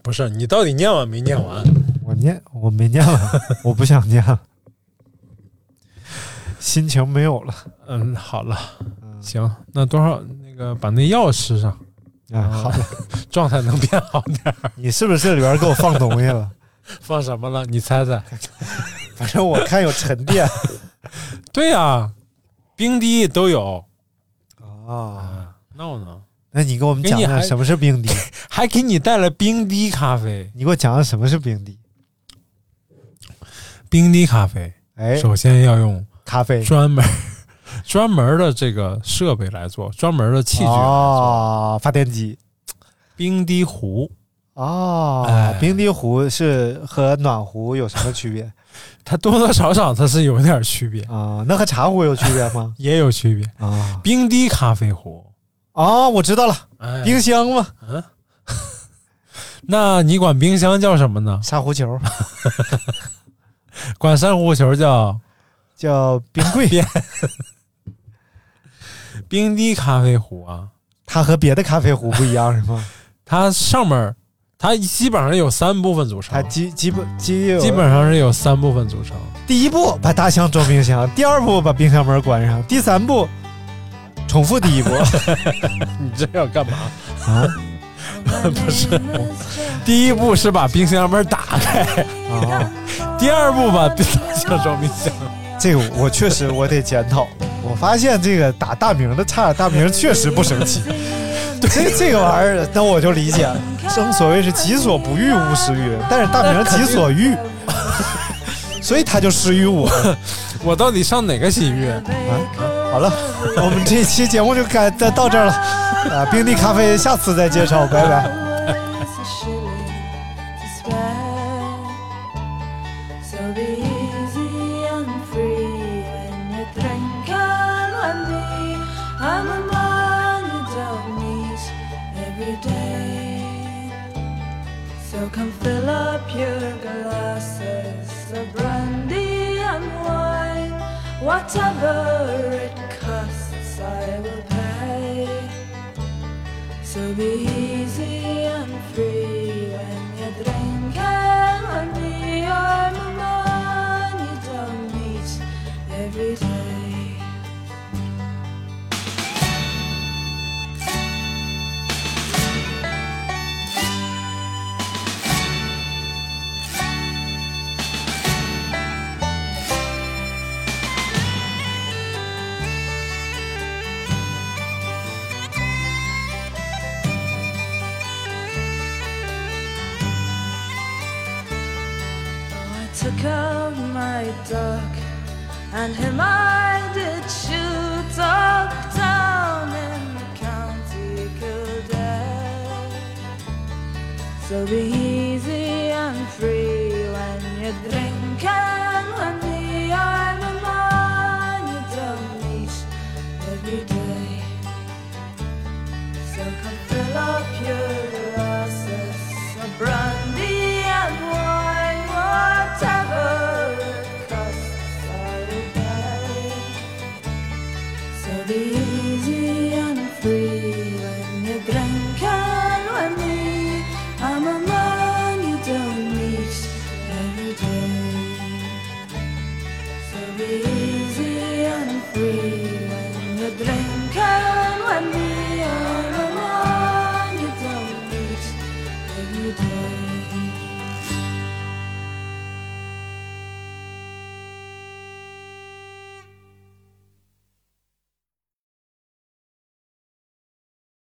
S2: 不是，你到底念完没念完？
S3: 我念，我没念完，我不想念了，心情没有了。
S2: 嗯，好了，行，那多少那个把那药吃上，
S3: 哎，好，
S2: 状态能变好点儿。
S3: 你是不是这里边给我放东西了？
S2: 放什么了？你猜猜？
S3: 反正我看有沉淀
S2: 对呀、冰滴都有
S3: 啊。
S2: 啊，闹呢，
S3: 那你给我们讲
S2: 给哎你
S3: 讲
S2: 还
S3: 什么是冰滴？
S2: 还给你带了冰滴咖啡。
S3: 你给我讲讲什么是冰滴？
S2: 冰滴咖啡
S3: 哎，
S2: 首先要用
S3: 咖啡
S2: 专门 专门的这个设备来做，专门的器具来做。
S3: 啊，发电机
S2: 冰滴壶
S3: 啊
S2: 哎，
S3: 冰滴壶是和暖壶有什么区别
S2: 它多多少少它是有点区别，
S3: 啊？那和茶壶有区别吗？
S2: 也有区别。
S3: 啊
S2: 冰滴咖啡壶，
S3: 啊，我知道了，
S2: 哎，
S3: 冰箱嘛，
S2: 那你管冰箱叫什么呢？
S3: 沙壶球
S2: 管珊瑚球叫
S3: 叫冰柜，
S2: 冰滴咖啡壶啊。
S3: 它和别的咖啡壶不一样是吗？
S2: 它上面儿它基本上有三部分组成
S3: 它，基基本基有
S2: 基本上是有三部分组成。
S3: 第一步把大象装冰箱，第二步把冰箱门关上，第三步重复第一 步
S2: 你这要干嘛？
S3: 嗯啊
S2: 不是，第一步是把冰箱门打开，哦
S3: 啊！
S2: 第二步把冰箱装冰箱。
S3: 这个我确实我得检讨，我发现这个打大名的差，大名确实不生气。这这个玩意儿，那我就理解了。正所谓是己所不欲，勿施于人。但是大明己所欲，所以他就施于我。 啊
S2: 我到底上哪个啊洗浴？
S3: 好了，我们这期节目就该到到这儿了。啊，冰滴咖啡，下次再介绍，拜拜。
S5: So be easy and free when you drink and with me. I'm a man you don't meet every day. So come fill up your glasses of brandy and wine. Whatever it costs, I will pay. So be easy and free when you drink and with me I'm a man you don't meet every day. Oh, I took out my dog and him I did shoot up down in the county Kildare. So be easy and free when you drink and when me I'm a man you don't meet every day. So come fill up your glasses of brandy and wine, whatever it costs, I will pay. So be easy and free when you drink and when me, I'm a man you don't meet every day. So be easy and free when you drink and when we are alone. You don't need every day.